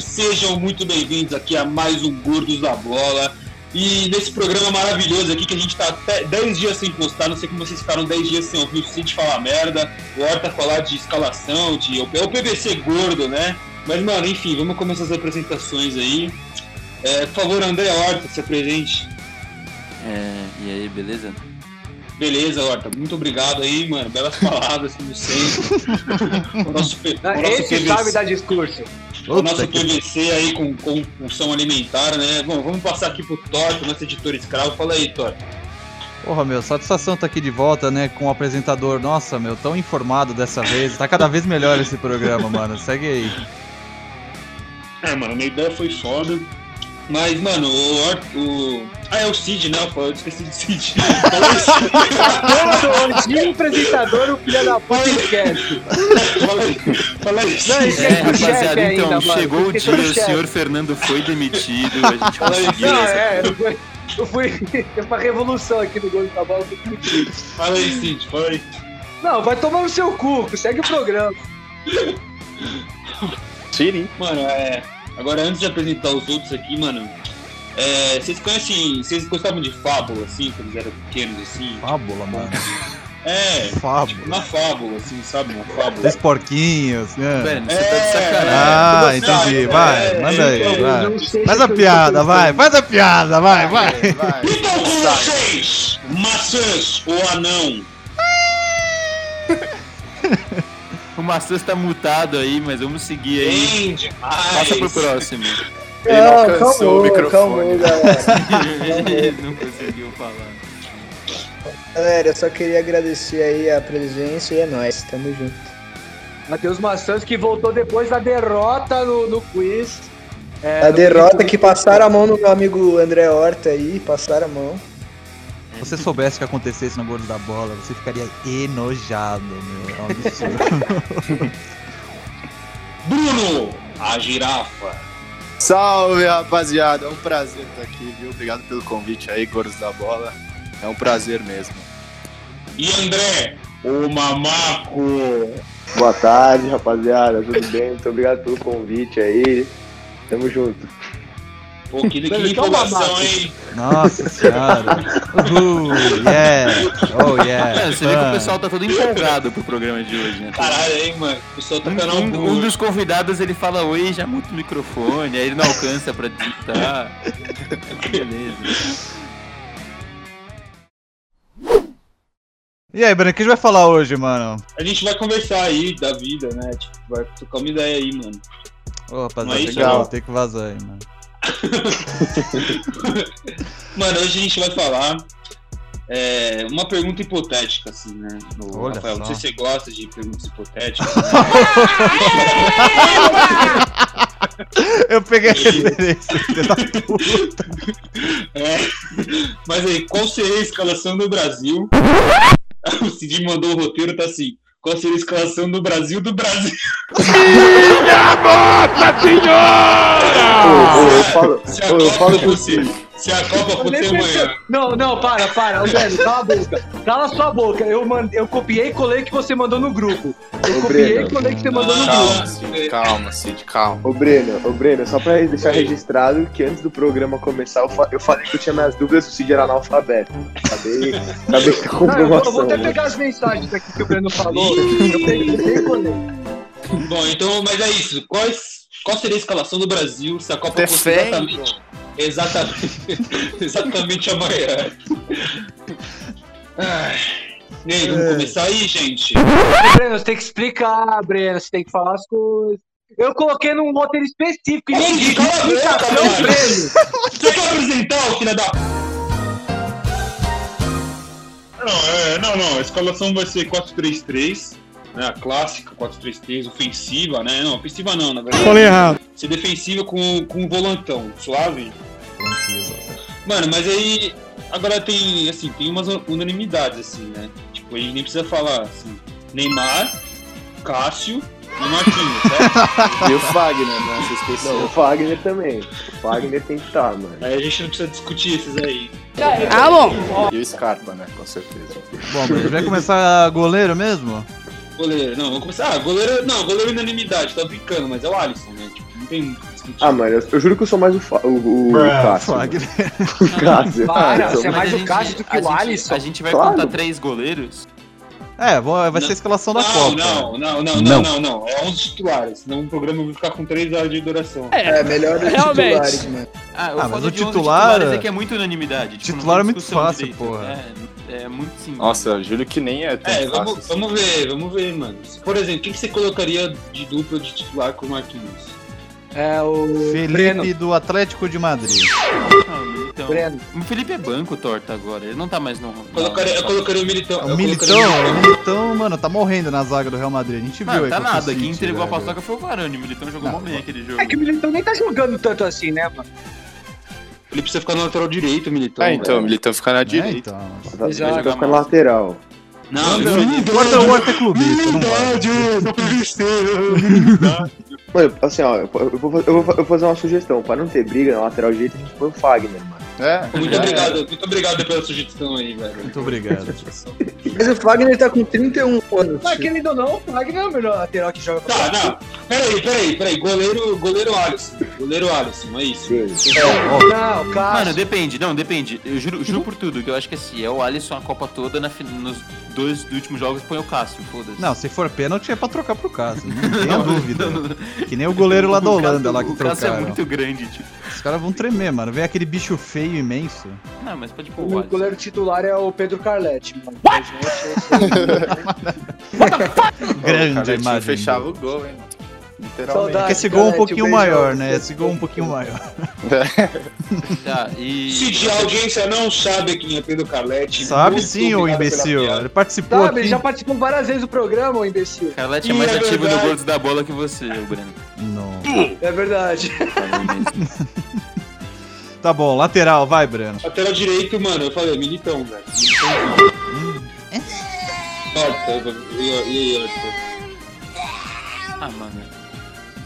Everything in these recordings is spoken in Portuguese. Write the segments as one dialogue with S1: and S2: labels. S1: Sejam muito bem-vindos aqui a mais um Gordos da Bola. E nesse programa maravilhoso aqui, que a gente tá até 10 dias sem postar, não sei como vocês ficaram 10 dias sem ouvir o Cid falar merda, o Horta falar de escalação, de. É o PVC gordo, né? Mas, mano, enfim, vamos começar as apresentações aí. É, por favor, André Horta, se apresente.
S2: É, e aí, beleza?
S1: Beleza, Horta, muito obrigado aí, mano. Belas palavras, como sempre. o nosso, P- o nosso
S3: Esse
S1: PVC
S3: sabe dar discurso.
S1: o
S4: Opa,
S1: nosso
S4: que-
S1: PVC aí com, com função alimentar, né? Bom, vamos passar aqui pro Thor, que é o nosso editor escravo. Fala aí, Thor.
S4: Porra, meu, satisfação tá aqui de volta, né, com o apresentador. Nossa, meu, tão informado dessa vez. Tá cada vez melhor esse programa, mano. Segue aí.
S1: É, mano, minha ideia foi foda. Mas, mano, o, Or- o... Ah, é o Cid, né? Eu falei- eu esqueci de Cid.
S3: Todo antigo apresentador, o filho da puta esquece.
S1: Fala aí, fala aí,
S3: Não,
S1: Cid.
S3: esquece.
S2: É,
S3: Esquece do chefe
S2: rapaziada,
S3: ainda,
S2: então,
S3: mano.
S2: chegou o
S3: Esqueceu
S2: dia,
S3: do
S2: o
S3: chefe.
S2: senhor Fernando foi demitido, a gente conseguiu.
S3: Não,
S2: essa-
S3: é, eu fui, eu fui tem uma revolução aqui no gol da bola.
S1: Fala aí, Cid. Fala aí.
S3: Não, vai tomar no seu cu, segue o programa.
S1: Mano, é. Agora, antes de apresentar os outros aqui, mano. é, Vocês conhecem. Vocês gostavam de fábula, assim, quando eram pequenos, assim?
S4: Fábula, mano.
S1: É,
S4: Fábula.
S1: uma fábula, assim, sabe? Uma fábula.
S4: Os porquinhos, né?
S2: Mano, você tá
S1: É.
S2: de sacanagem.
S4: Ah,
S1: eu vou-
S4: entendi.
S1: Não,
S4: Vai,
S1: é,
S4: manda
S1: então,
S4: aí, vai.
S3: Não sei
S4: Faz
S3: se
S4: a
S3: eu tô
S4: piada,
S3: pensando.
S4: vai. Faz a piada, vai, vai.
S1: Então com vocês, maçãs ou anão?
S2: O maçã está mutado aí, mas vamos seguir aí.
S1: Bem demais.
S2: Passa pro próximo.
S5: Ele não alcançou o microfone.
S3: calma, galera.
S2: Ele não conseguiu falar.
S5: Galera, eu só queria agradecer aí a presença e é nóis, tamo junto.
S3: Matheus Maçãs que voltou depois da derrota no, no quiz. É,
S5: a
S3: no
S5: derrota
S3: quiz do-
S5: que passaram a mão no meu amigo André Horta aí, passaram a mão.
S4: Se você soubesse o que acontecesse no gordo da bola, você ficaria enojado, meu. É um absurdo.
S1: Bruno, a girafa.
S6: Salve, rapaziada. É um prazer estar aqui, viu? Obrigado pelo convite aí, Goros da Bola. É um prazer mesmo.
S1: E André, o mamaco.
S7: Boa tarde, rapaziada. Tudo bem? Muito obrigado pelo convite aí. Tamo junto.
S1: Pô, que, que
S3: Mano, que é o
S1: empolgação,
S3: mamaco?
S1: hein?
S4: Nossa senhora. Uhul, yeah. Oh, yeah.
S2: Mano, você vê que o
S4: Fã.
S2: pessoal tá todo empolgado pro programa de hoje, né?
S1: Caralho, hein, mano. O pessoal
S3: Hum,
S1: tá canal
S2: Um, um- um
S1: burro.
S2: dos convidados ele fala oi, já muta o microfone, aí ele não alcança pra digitar. Beleza.
S4: E aí, Bruno, o que a gente vai falar hoje, mano?
S1: A gente vai conversar aí da vida, né? Tipo, vai trocar uma ideia aí, mano.
S4: Ô,
S1: Não é
S4: rapaziada,
S1: isso,
S4: legal.
S1: não?
S4: tem que vazar aí, mano.
S1: Mano, hoje a gente vai falar. é, uma pergunta hipotética, assim, né? Ô,
S4: Olha
S1: Rafael, não
S4: só.
S1: sei se você gosta de perguntas hipotéticas. né?
S4: Eu peguei a referência. filho da puta.
S1: É. Mas aí, qual seria a escalação do Brasil? O Cid mandou o roteiro, tá assim. Qual seria a escalação do Brasil do Brasil?
S3: Ah.
S7: Ô, ô, eu falo,
S1: Se
S7: ô, eu
S1: a Copa
S7: falo com
S1: fosse, se a Copa
S3: Eu nem
S1: fosse
S3: pensei-
S1: amanhã.
S3: Não, não, para, para, Alberto, cala a boca. Cala a sua boca. Eu, man... eu copiei e colei o que você mandou no grupo. Eu
S7: Ô,
S3: copiei e
S7: Breno.
S3: colei o que você mandou no
S1: Não.
S3: grupo.
S6: Calma,
S1: é.
S6: Cid, calma, Cid, calma.
S7: Ô, Breno, ô, Breno, só pra deixar registrado que antes do programa começar, eu, fa- eu falei que eu tinha minhas dúvidas se o Cid era analfabeto. Acabei, acabei com a
S3: Não, eu, vou, eu vou
S7: comprovação.
S3: até pegar as mensagens aqui que o Breno falou. eu peguei e colei.
S1: Bom, então, mas é isso. Quais, qual seria a escalação do Brasil se a Copa fosse
S6: Defende.
S1: exatamente, exatamente, exatamente amanhã? Ai. E aí, vamos começar aí, gente?
S3: Breno, você tem que explicar, Breno, você tem que falar as coisas. Eu coloquei num roteiro específico e nem
S1: Ih,
S3: disse
S1: cala a boca,
S3: explicação,
S1: mano.
S3: Breno.
S1: Você quer apresentar, ô filha da. Não, é, não, não. A escalação vai ser 4-3-3, né? A clássica 4-3-3, ofensiva, né? Não, ofensiva não, na verdade. Falei errado. Ser defensiva com, com um volantão, suave. Mano, mas aí. Agora tem, assim, tem umas unanimidades, assim, né? Tipo, aí nem precisa falar, assim. Neymar, Cássio e Marquinhos, tá? certo?
S6: E o Fagner, né? Você
S7: Não,
S6: esqueceu.
S7: o Fagner também. O Fagner tem que estar, mano.
S1: aí a gente não precisa discutir esses aí.
S6: E o Scarpa, né? Com certeza.
S4: Bom, Bruno, a gente vai começar goleiro mesmo?
S1: Goleiro, não, vamos começar. Ah, goleiro, não, goleiro é unanimidade, tá brincando, mas é o Alisson, né? Tipo, não tem muito o que discutir.
S7: Ah, mano, eu, eu juro que eu sou mais o, fa... o, o, o Cássio. mano.
S4: Fagner.
S7: O Cássio.
S3: Para,
S7: Eu sou
S3: você é
S7: mais-
S3: mais
S2: a
S3: o Cássio do que
S2: a
S3: o
S2: gente-
S3: Alisson.
S2: A gente vai
S7: Claro.
S2: contar três goleiros?
S4: É, vou- vai ser a escalação da Copa.
S1: Ah, Não, não, não, não,
S4: Não.
S1: não, não. É 11 titulares. Senão o programa vai ficar com 3 horas de duração.
S5: É, melhor dos
S8: Realmente.
S5: titulares, mano.
S2: Ah,
S4: Ah,
S2: eu
S4: mas
S2: falo
S4: o
S2: de 11
S4: titular-
S2: titulares é que é muito unanimidade. tipo, não
S4: Titular
S2: tem
S4: é muito
S2: discussão
S4: fácil,
S2: direito.
S4: porra.
S2: É, é muito simples.
S6: Nossa, juro que nem é tão
S1: É,
S6: fácil.
S1: vamos, vamos ver, vamos ver, mano. Por exemplo, quem que você colocaria de dupla de titular com o Marquinhos?
S3: É o
S4: Felipe
S3: Breno.
S4: do Atlético de Madrid.
S2: Ah, então.
S3: Breno.
S2: O Felipe é banco torta agora, ele não tá mais no. na-
S1: Colocaria, eu colocaria o Militão.
S4: O
S1: eu
S4: Militão,
S1: colocaria o
S4: o Militão, mano, tá morrendo na zaga do Real Madrid. A gente viu
S2: Mano,
S4: aí.
S2: tá
S4: contra o
S2: nada.
S4: City,
S2: Quem entregou
S4: velho.
S2: a paçoca foi o Varane. O Militão jogou
S4: Não,
S2: mal bem aquele jogo.
S3: É que o Militão nem tá jogando tanto assim, né, mano?
S1: Ele precisa ficar no lateral direito, o Militão.
S6: Ah, então, o
S1: velho.
S6: Militão fica na
S4: É,
S6: direita.
S4: então.
S7: Tá-
S3: Exato.
S7: Ele
S2: Jogar
S7: fica
S2: mal.
S7: lateral.
S1: Não,
S2: Não,
S1: não,
S2: não,
S1: não.
S4: Corta o Horta Clubista, não vai.
S7: Mano, assim, ó, eu eu vou, eu vou- eu vou fazer uma sugestão. Pra não ter briga na lateral direita, a gente põe o Fagner, mano.
S6: É.
S1: Muito
S6: já
S1: obrigado, muito obrigado pela sugestão aí, velho.
S4: Muito obrigado.
S5: Mas o Fagner tá com 31 anos.
S3: Mas querendo ou não, o Wagner é o melhor lateral que joga.
S1: Tá, não. Peraí, peraí, peraí. Goleiro, goleiro Alisson. Goleiro Alisson, é isso.
S7: Sim.
S3: Não,
S2: Mano,
S3: cara.
S2: depende, não, depende. Eu juro, juro por tudo, que eu acho que assim, é o Alisson a Copa toda, na, fin- nos dois últimos jogos põe o Cássio, foda-se.
S4: Não, se for pênalti é pra trocar pro caso, não tenha
S2: Não,
S4: dúvida.
S2: não, não.
S4: Que nem o goleiro lá da
S2: O Cássio-
S4: Holanda lá que
S2: O Cássio é
S4: trocaram.
S2: muito grande, tipo.
S4: Os caras vão tremer, mano. Vem aquele bicho feio imenso.
S2: Não, mas pode pôr o
S3: O
S2: Alisson.
S3: goleiro titular é o Pedro Carletti, mano. né,
S4: Grande
S6: cara, o time
S4: imagem.
S6: fechava o gol, hein? Literalmente.
S4: É que esse gol é um pouquinho maior, né? Esse gol é um pouquinho maior.
S2: Tá, e.
S1: Se de audiência não sabe quem é Pedro Carletti.
S4: Sabe
S1: muito
S4: sim, ô
S1: obrigado pela
S4: imbecil.
S1: piada.
S4: Ele participou
S3: Sabe,
S4: aqui.
S3: ele já participou várias vezes do programa, ô imbecil.
S2: Carlete é
S1: Ih,
S2: mais
S1: é
S2: ativo no
S1: verdade.
S2: Gordos da Bola que você, o Breno.
S4: Não.
S3: É verdade.
S4: Tá bom, lateral, vai, Breno.
S1: Lateral direito, mano, eu falei, militão, velho. Militão,
S4: Hum.
S1: mano. Nossa, eu- tipo, e aí, Horta?
S2: Ah, mano.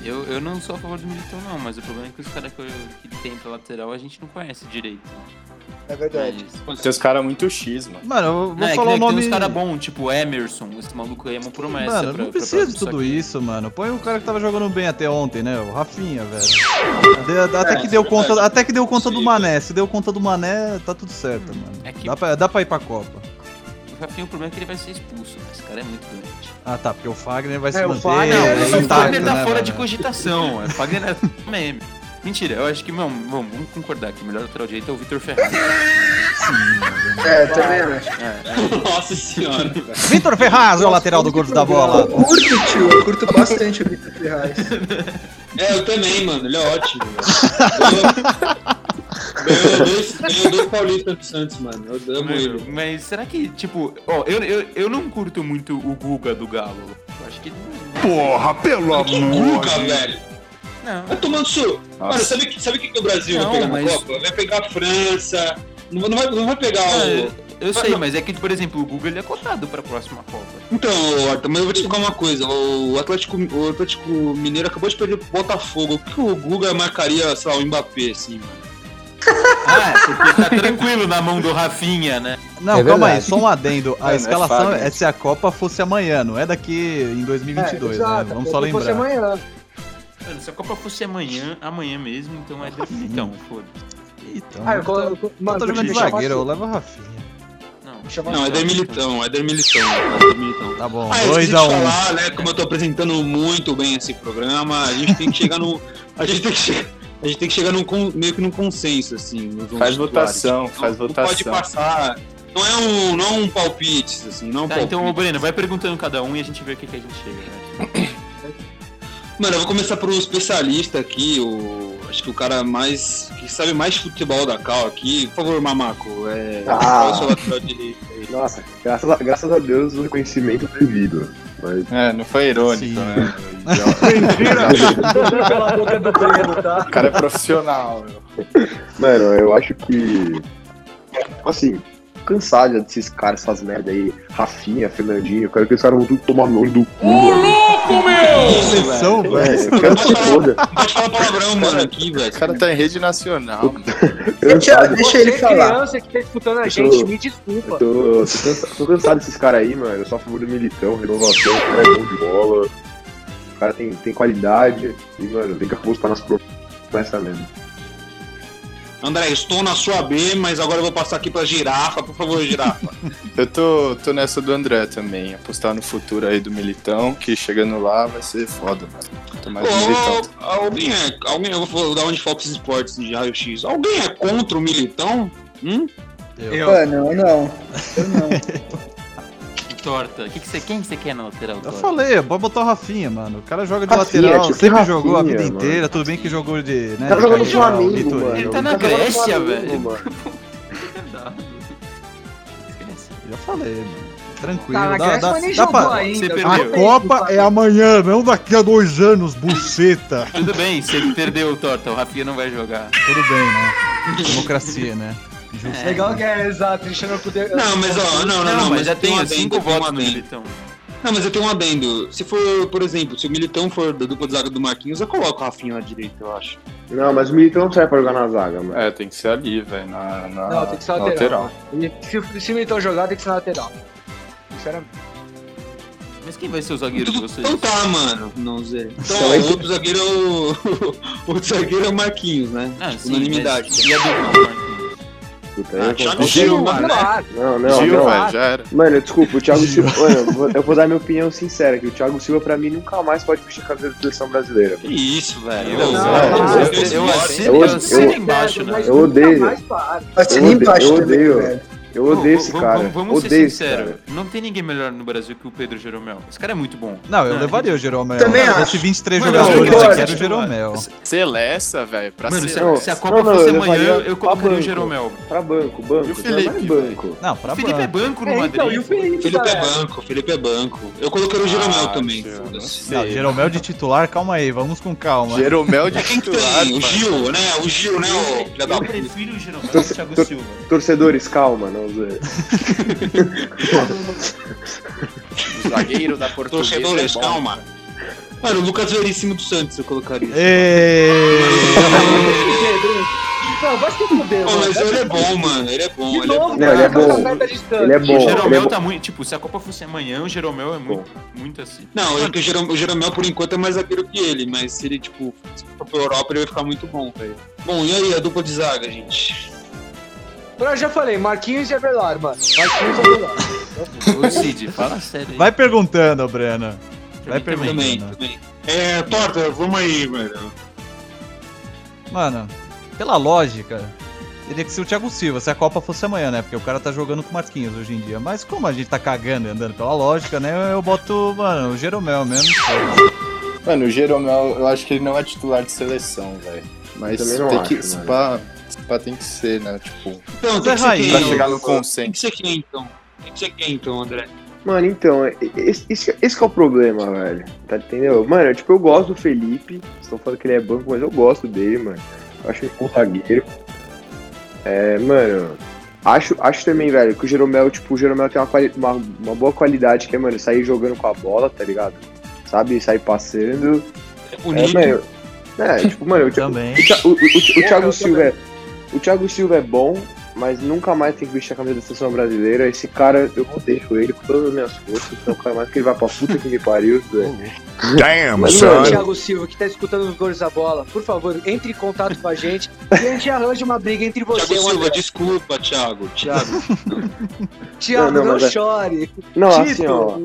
S2: Eu, eu não sou a favor do Militão, não, mas o problema é que os caras que, eu- que tem pra lateral a gente não conhece direito. né? Tipo,
S5: É verdade.
S2: Mas-
S6: Tem os caras muito X, mano.
S4: Mano, eu vou
S2: Não, é que
S4: falar
S2: nem
S4: o nome.
S2: Tem uns caras bons, tipo Emerson, esse maluco aí é uma promessa.
S4: Mano,
S2: pra-
S4: não
S2: pra-
S4: precisa
S2: pra-
S4: de
S2: só
S4: tudo
S2: que-
S4: isso, mano. Põe o cara que tava jogando bem até ontem, né? O Rafinha, velho. De- até, que deu
S1: verdade.
S4: conta, até que deu conta do
S1: Sim,
S4: Mané. Se deu conta do Mané, tá tudo certo, mano.
S2: É que-
S4: Dá pra, dá pra ir pra Copa.
S2: O Rafinha, o problema é que ele vai ser expulso. né? Esse cara é muito grande.
S4: Ah, tá, porque o Fagner vai se
S3: É, o
S4: manter.
S3: Fagner-
S4: é,
S3: Não, mas o
S4: intacto,
S2: Fagner tá
S4: né,
S2: fora
S4: mano?
S2: de cogitação. O Fagner é meme. Mentira, eu acho que, mano, vamos, vamos concordar que o melhor lateral direito é o Vitor Ferraz.
S5: É, também acho.
S1: Nossa senhora, velho.
S4: Vitor Ferraz é o lateral do Gordo da Bola.
S5: Eu curto, tio. Eu curto bastante o Vitor Ferraz.
S1: É, eu também, mano, ele é ótimo. velho. Ganhou ganhou dois, ganhou dois paulistas do Santos, mano. Eu amo ele.
S2: Mano, mas será que, tipo, ó, eu, eu, eu não curto muito o Guga do Galo. Eu acho que. é
S9: Porra, pelo
S1: Que cuca, velho.
S2: Não.
S1: Vai tomando su.
S6: Nossa.
S1: Mano, sabe o que, sabe que, que o Brasil
S2: Não,
S1: vai pegar
S2: mas-
S1: na Copa? Vai pegar a França. Não, não vai, não vai pegar
S2: Ah,
S1: o.
S2: eu- Eu sei, mas é que, por exemplo, o Guga ele é cotado pra próxima Copa.
S1: Então, Horta, mas eu vou te explicar uma coisa. O Atlético, o Atlético Mineiro acabou de perder pro Botafogo. O que o Guga marcaria, sei lá, o Mbappé, assim?
S2: Ah, porque tá tranquilo na mão do Rafinha, né?
S4: Não,
S5: É
S4: calma
S5: verdade.
S4: aí, só um adendo. A
S6: Mano, é
S4: escalação é,
S6: Fagner.
S4: se a Copa fosse amanhã, não é daqui em
S3: É,
S4: 2022, né? Vamos só lembrar. Então,
S3: Amanhã.
S2: Mano, se a Copa fosse amanhã, amanhã mesmo, então é então, foda-se.
S4: Então,
S3: Ah, eu,
S4: eu
S3: colo- eu, mano,
S4: tô
S3: vou
S4: jogando de
S3: te chamar
S4: zagueiro, eu
S3: assim.
S4: levo a Rafinha.
S2: Não,
S3: Chama
S1: Não, é
S2: da
S1: Der Militão, é Der Militão. É Der Militão.
S4: Tá bom,
S1: Ah, eu esqueci de
S4: 2x1.
S1: falar, né? Como eu tô apresentando muito bem esse programa, a gente tem que chegar num. A gente tem que chegar. A gente tem que chegar num, con- meio que num consenso, assim. nos onze
S6: Faz
S1: titulares.
S6: votação,
S1: Não-
S6: faz
S1: não Pode
S6: votação.
S1: passar. Não é um, não é um palpite, assim, não é um
S2: Tá,
S1: palpite.
S2: então, ô Breno, vai perguntando cada um e a gente vê o que, que a gente chega, né?
S1: Mano, eu vou começar por um especialista aqui, o. Acho que o cara mais. que sabe mais de futebol da Cal aqui. Por favor, Mamaco, é.
S7: Ah.
S1: qual o seu lateral direito aí?
S7: Nossa, graças a, graças a Deus o reconhecimento é devido. Mas
S6: É, não foi irônico,
S4: Sim.
S6: né? Idiota.
S3: Tudo pela boca do Breno, tá?
S6: O cara é profissional, meu.
S7: Mano, eu acho que. Assim, tô cansado já desses caras, essas merda aí. Rafinha, Fernandinho, eu quero que os caras vão tudo tomar nome do cu. mano.
S4: Seleção,
S7: É,
S4: velho.
S7: eu quero que se foda.
S1: Pode falar palavrão, mano, aqui, velho.
S6: O cara tá em rede nacional. mano.
S5: Deixa,
S7: Cansado.
S5: deixa ele
S3: Você
S5: falar.
S3: criança que tá escutando a
S7: Eu
S3: gente,
S7: sou-
S3: me desculpa.
S7: Eu tô, tô, cansa- tô cansado desses caras aí, mano. Eu sou a favor do militão, renovação, o cara é bom de bola. O cara tem, tem qualidade. E, mano, tem que apostar nas pro. com essa mesmo.
S1: André, estou na sua B, mas agora eu vou passar aqui pra girafa, por favor, girafa.
S6: Eu tô, tô nessa do André também. Apostar no futuro aí do Militão, que chegando lá vai ser foda, mano. Tô mais Militão.
S1: Ô, alguém é. Alguém, eu vou dar onde Fox Sports de raio-x. Alguém é contra o militão? Hum?
S4: Eu.
S5: Mano, eu não. Eu não.
S3: Tá,
S2: E torta. Que que você, quem que você quer na lateral
S4: Eu
S2: torta?
S4: falei, pode botar o Rafinha, mano. O cara joga de
S7: Rafinha,
S4: lateral,
S7: tio, que
S4: sempre
S7: Rafinha,
S4: jogou a vida
S7: mano.
S4: inteira. Tudo bem que jogou de. Né,
S7: Tá
S4: de
S7: jogando no
S4: lateral,
S7: Flamengo,
S4: Vitória.
S7: mano.
S2: Ele tá na
S7: jogando no
S2: Grécia,
S7: Flamengo,
S2: velho.
S7: mano.
S2: Esquece.
S4: Já falei, mano. Tranquilo.
S3: Tá, na
S4: dá,
S3: Grécia,
S4: dá,
S3: mas nem
S4: dá
S3: jogou
S4: pra...
S2: Você
S3: ainda.
S4: A
S2: perdeu.
S4: Copa é amanhã, não daqui a dois anos, buceta.
S2: Tudo bem, você perdeu o torta, o Rafinha não vai jogar.
S4: Tudo bem, né? Democracia, né? Justo.
S3: Legal que é, exato, Cristiano poder.
S1: Não, mas ó, não, não, não,
S2: mas já
S1: eu um
S2: tenho
S1: adendo,
S2: cinco
S1: eu tenho um
S2: votos então. no
S1: adendo.
S2: Militão.
S1: Não, mas eu tenho um adendo. Se for, por exemplo, se o militão for da dupla de zaga do Marquinhos, eu coloco o Rafinha na direita, eu acho.
S7: Não, mas o Militão não serve pra jogar na zaga, mano.
S6: É, tem que ser ali, velho. Na, na,
S3: Não, tem que ser
S6: na
S3: lateral. Se, se o Militão jogar, tem que ser lateral. Sinceramente.
S2: Mas quem vai ser o zagueiro de vocês?
S1: Então tá, mano. Não sei. Então,
S7: Então,
S1: ó,
S7: aí-
S1: o outro zagueiro é o. o outro zagueiro é o Marquinhos, né?
S2: Ah,
S1: Tipo,
S2: sim,
S1: unanimidade.
S2: mas- E a dupla, Marquinhos? É,
S7: Puta,
S1: Ah,
S7: eu
S1: Thiago né?
S7: vou-
S1: Gil, mano.
S2: né?
S3: Claro.
S7: Não, não,
S6: Gil,
S7: não.
S6: velho, já era.
S7: Mano, desculpa, o Thiago Silva. Mano, eu vou- eu vou dar minha opinião sincera aqui. O Thiago Silva, pra mim, nunca mais pode vestir a camisa da seleção brasileira.
S1: Que isso, velho.
S2: Eu-
S7: não,
S2: eu- eu- Eu assino-
S7: eu-
S2: eu assino embaixo, né?
S3: Mas
S7: Eu
S3: nunca
S7: odeio.
S3: mais para.
S5: Nossa,
S7: Eu
S5: nem
S7: odeio-
S5: embaixo
S7: eu
S5: também,
S7: odeio.
S5: velho.
S7: Eu odeio esse
S2: Vamos-
S7: cara.
S2: Vamos ser
S7: Odeio esse
S2: sinceros,
S7: cara.
S2: não tem ninguém melhor no Brasil que o Pedro Jeromel. Esse cara é muito bom.
S4: Não, eu levaria o Jeromel.
S5: Também
S4: Se
S5: acho.
S4: tivesse 23
S2: Mano,
S4: jogadores,
S7: eu
S4: eu
S7: acho.
S4: quero o Jeromel.
S6: Celessa, velho, pra
S2: Mano, se
S6: ser.
S2: a,
S7: Não,
S2: se a Copa
S7: Tá não,
S2: fosse
S7: eu
S2: amanhã,
S7: levaria
S2: eu
S7: pra
S2: colocaria o
S7: banco. Tá
S2: Jeromel.
S7: Pra banco, banco.
S6: E o
S7: já
S6: Felipe,
S7: vai banco.
S4: Não, pra
S2: O Felipe é
S4: banco.
S2: banco no
S3: É,
S2: Madrid.
S3: então, e o Felipe,
S1: Felipe é
S3: galera?
S1: banco, Felipe é banco. Eu colocaria o Jeromel
S6: Ah,
S1: também.
S6: tio,
S1: foda-se.
S6: não sei.
S4: Não, Jeromel de titular, calma aí, vamos com calma.
S6: Jeromel de
S1: É Quem que
S6: titular,
S1: tem? O
S6: mano.
S1: Gil, né? O Gil, né? O filho da
S2: Eu
S1: puta.
S2: prefiro o Jeromel ao Thiago Silva.
S7: Torcedores, calma, não Zé.
S6: O zagueiro da portuguesa.
S1: Torcedores,
S6: é bom.
S1: calma. Mano, o Lucas é Veríssimo dos Santos eu colocaria.
S4: Ê,
S3: Não, vai se fuder,
S1: Pô,
S3: mano.
S1: mas ele é bom, mano. Ele é bom.
S3: De
S1: Ele é bom.
S3: novo,
S7: Não, ele é
S3: cara,
S7: bom.
S3: meta distante.
S7: Ele é
S2: O
S7: bom. Ele é
S2: Jeromel
S7: bom.
S2: tá muito. Tipo, se a Copa fosse amanhã, o Jeromel é muito, muito assim.
S1: Não, é que o Jeromel, o Jeromel, por enquanto é mais zagueiro que ele, mas se ele, tipo, se for pra Europa, ele vai ficar muito bom, velho. Bom, e aí, a dupla de zaga, gente?
S3: Eu já falei, Marquinhos e Avelar, mano. Marquinhos e Avelar.
S2: Ô, Cid, fala sério. aí.
S4: Vai perguntando, Breno. Vai
S2: Pra mim
S1: Também,
S2: também.
S4: né?
S1: também. É, Torta, vamos aí, mano.
S4: Mano, pela lógica, teria que ser o Thiago Silva, se a Copa fosse amanhã, né? Porque o cara tá jogando com o Marquinhos hoje em dia. Mas como a gente tá cagando e andando pela lógica, né? Eu boto, mano, o Jeromel mesmo.
S6: Mano, o Jeromel, eu acho que ele não é titular de seleção, velho. Mas
S7: Também não
S6: tem
S7: acho,
S6: que.
S7: mano.
S6: Se pá, se pá tem que ser, né? Tipo,
S1: Então,
S4: Zé
S1: tem que ser
S4: Raiz.
S1: quem?
S6: pra chegar no
S1: Tem
S6: consenso.
S1: que ser quem, então? Tem que ser quem, então, André?
S7: Mano, então, esse, esse- esse que é o problema, velho. Tá entendendo? Mano, tipo, eu gosto do Felipe. Estão falando que ele é banco, mas eu gosto dele, mano. Eu acho ele um zagueiro. É, mano. Acho, acho também, velho, que o Jeromel, tipo, o Jeromel tem uma, quali- uma, uma boa qualidade que é, mano, sair jogando com a bola, tá ligado? Sabe? Sair passando.
S1: É
S7: É,
S1: bonito.
S7: mano. É, tipo, mano, o, Thi-
S4: Também.
S7: o, Thi- o, o- o Thiago
S3: eu
S7: Silva é, o Thiago Silva é bom, mas nunca mais tem que vestir a camisa da seleção brasileira. Esse cara, eu deixo ele com todas as minhas forças, não quero mais que ele vá pra puta que me pariu, é- Zé.
S9: Damn,
S7: Mas,
S9: son.
S7: mano,
S3: Thiago Silva, que tá escutando os gols da bola, por favor, entre em contato com a gente e a gente arranja uma briga entre você
S1: Thiago
S3: e o
S1: Silva,
S3: André.
S1: desculpa, é um Thiago. Thiago.
S3: Thiago,
S7: Não,
S3: não,
S7: não, mas é-
S3: chore.
S7: Não,
S3: Tito.
S7: assim, ó,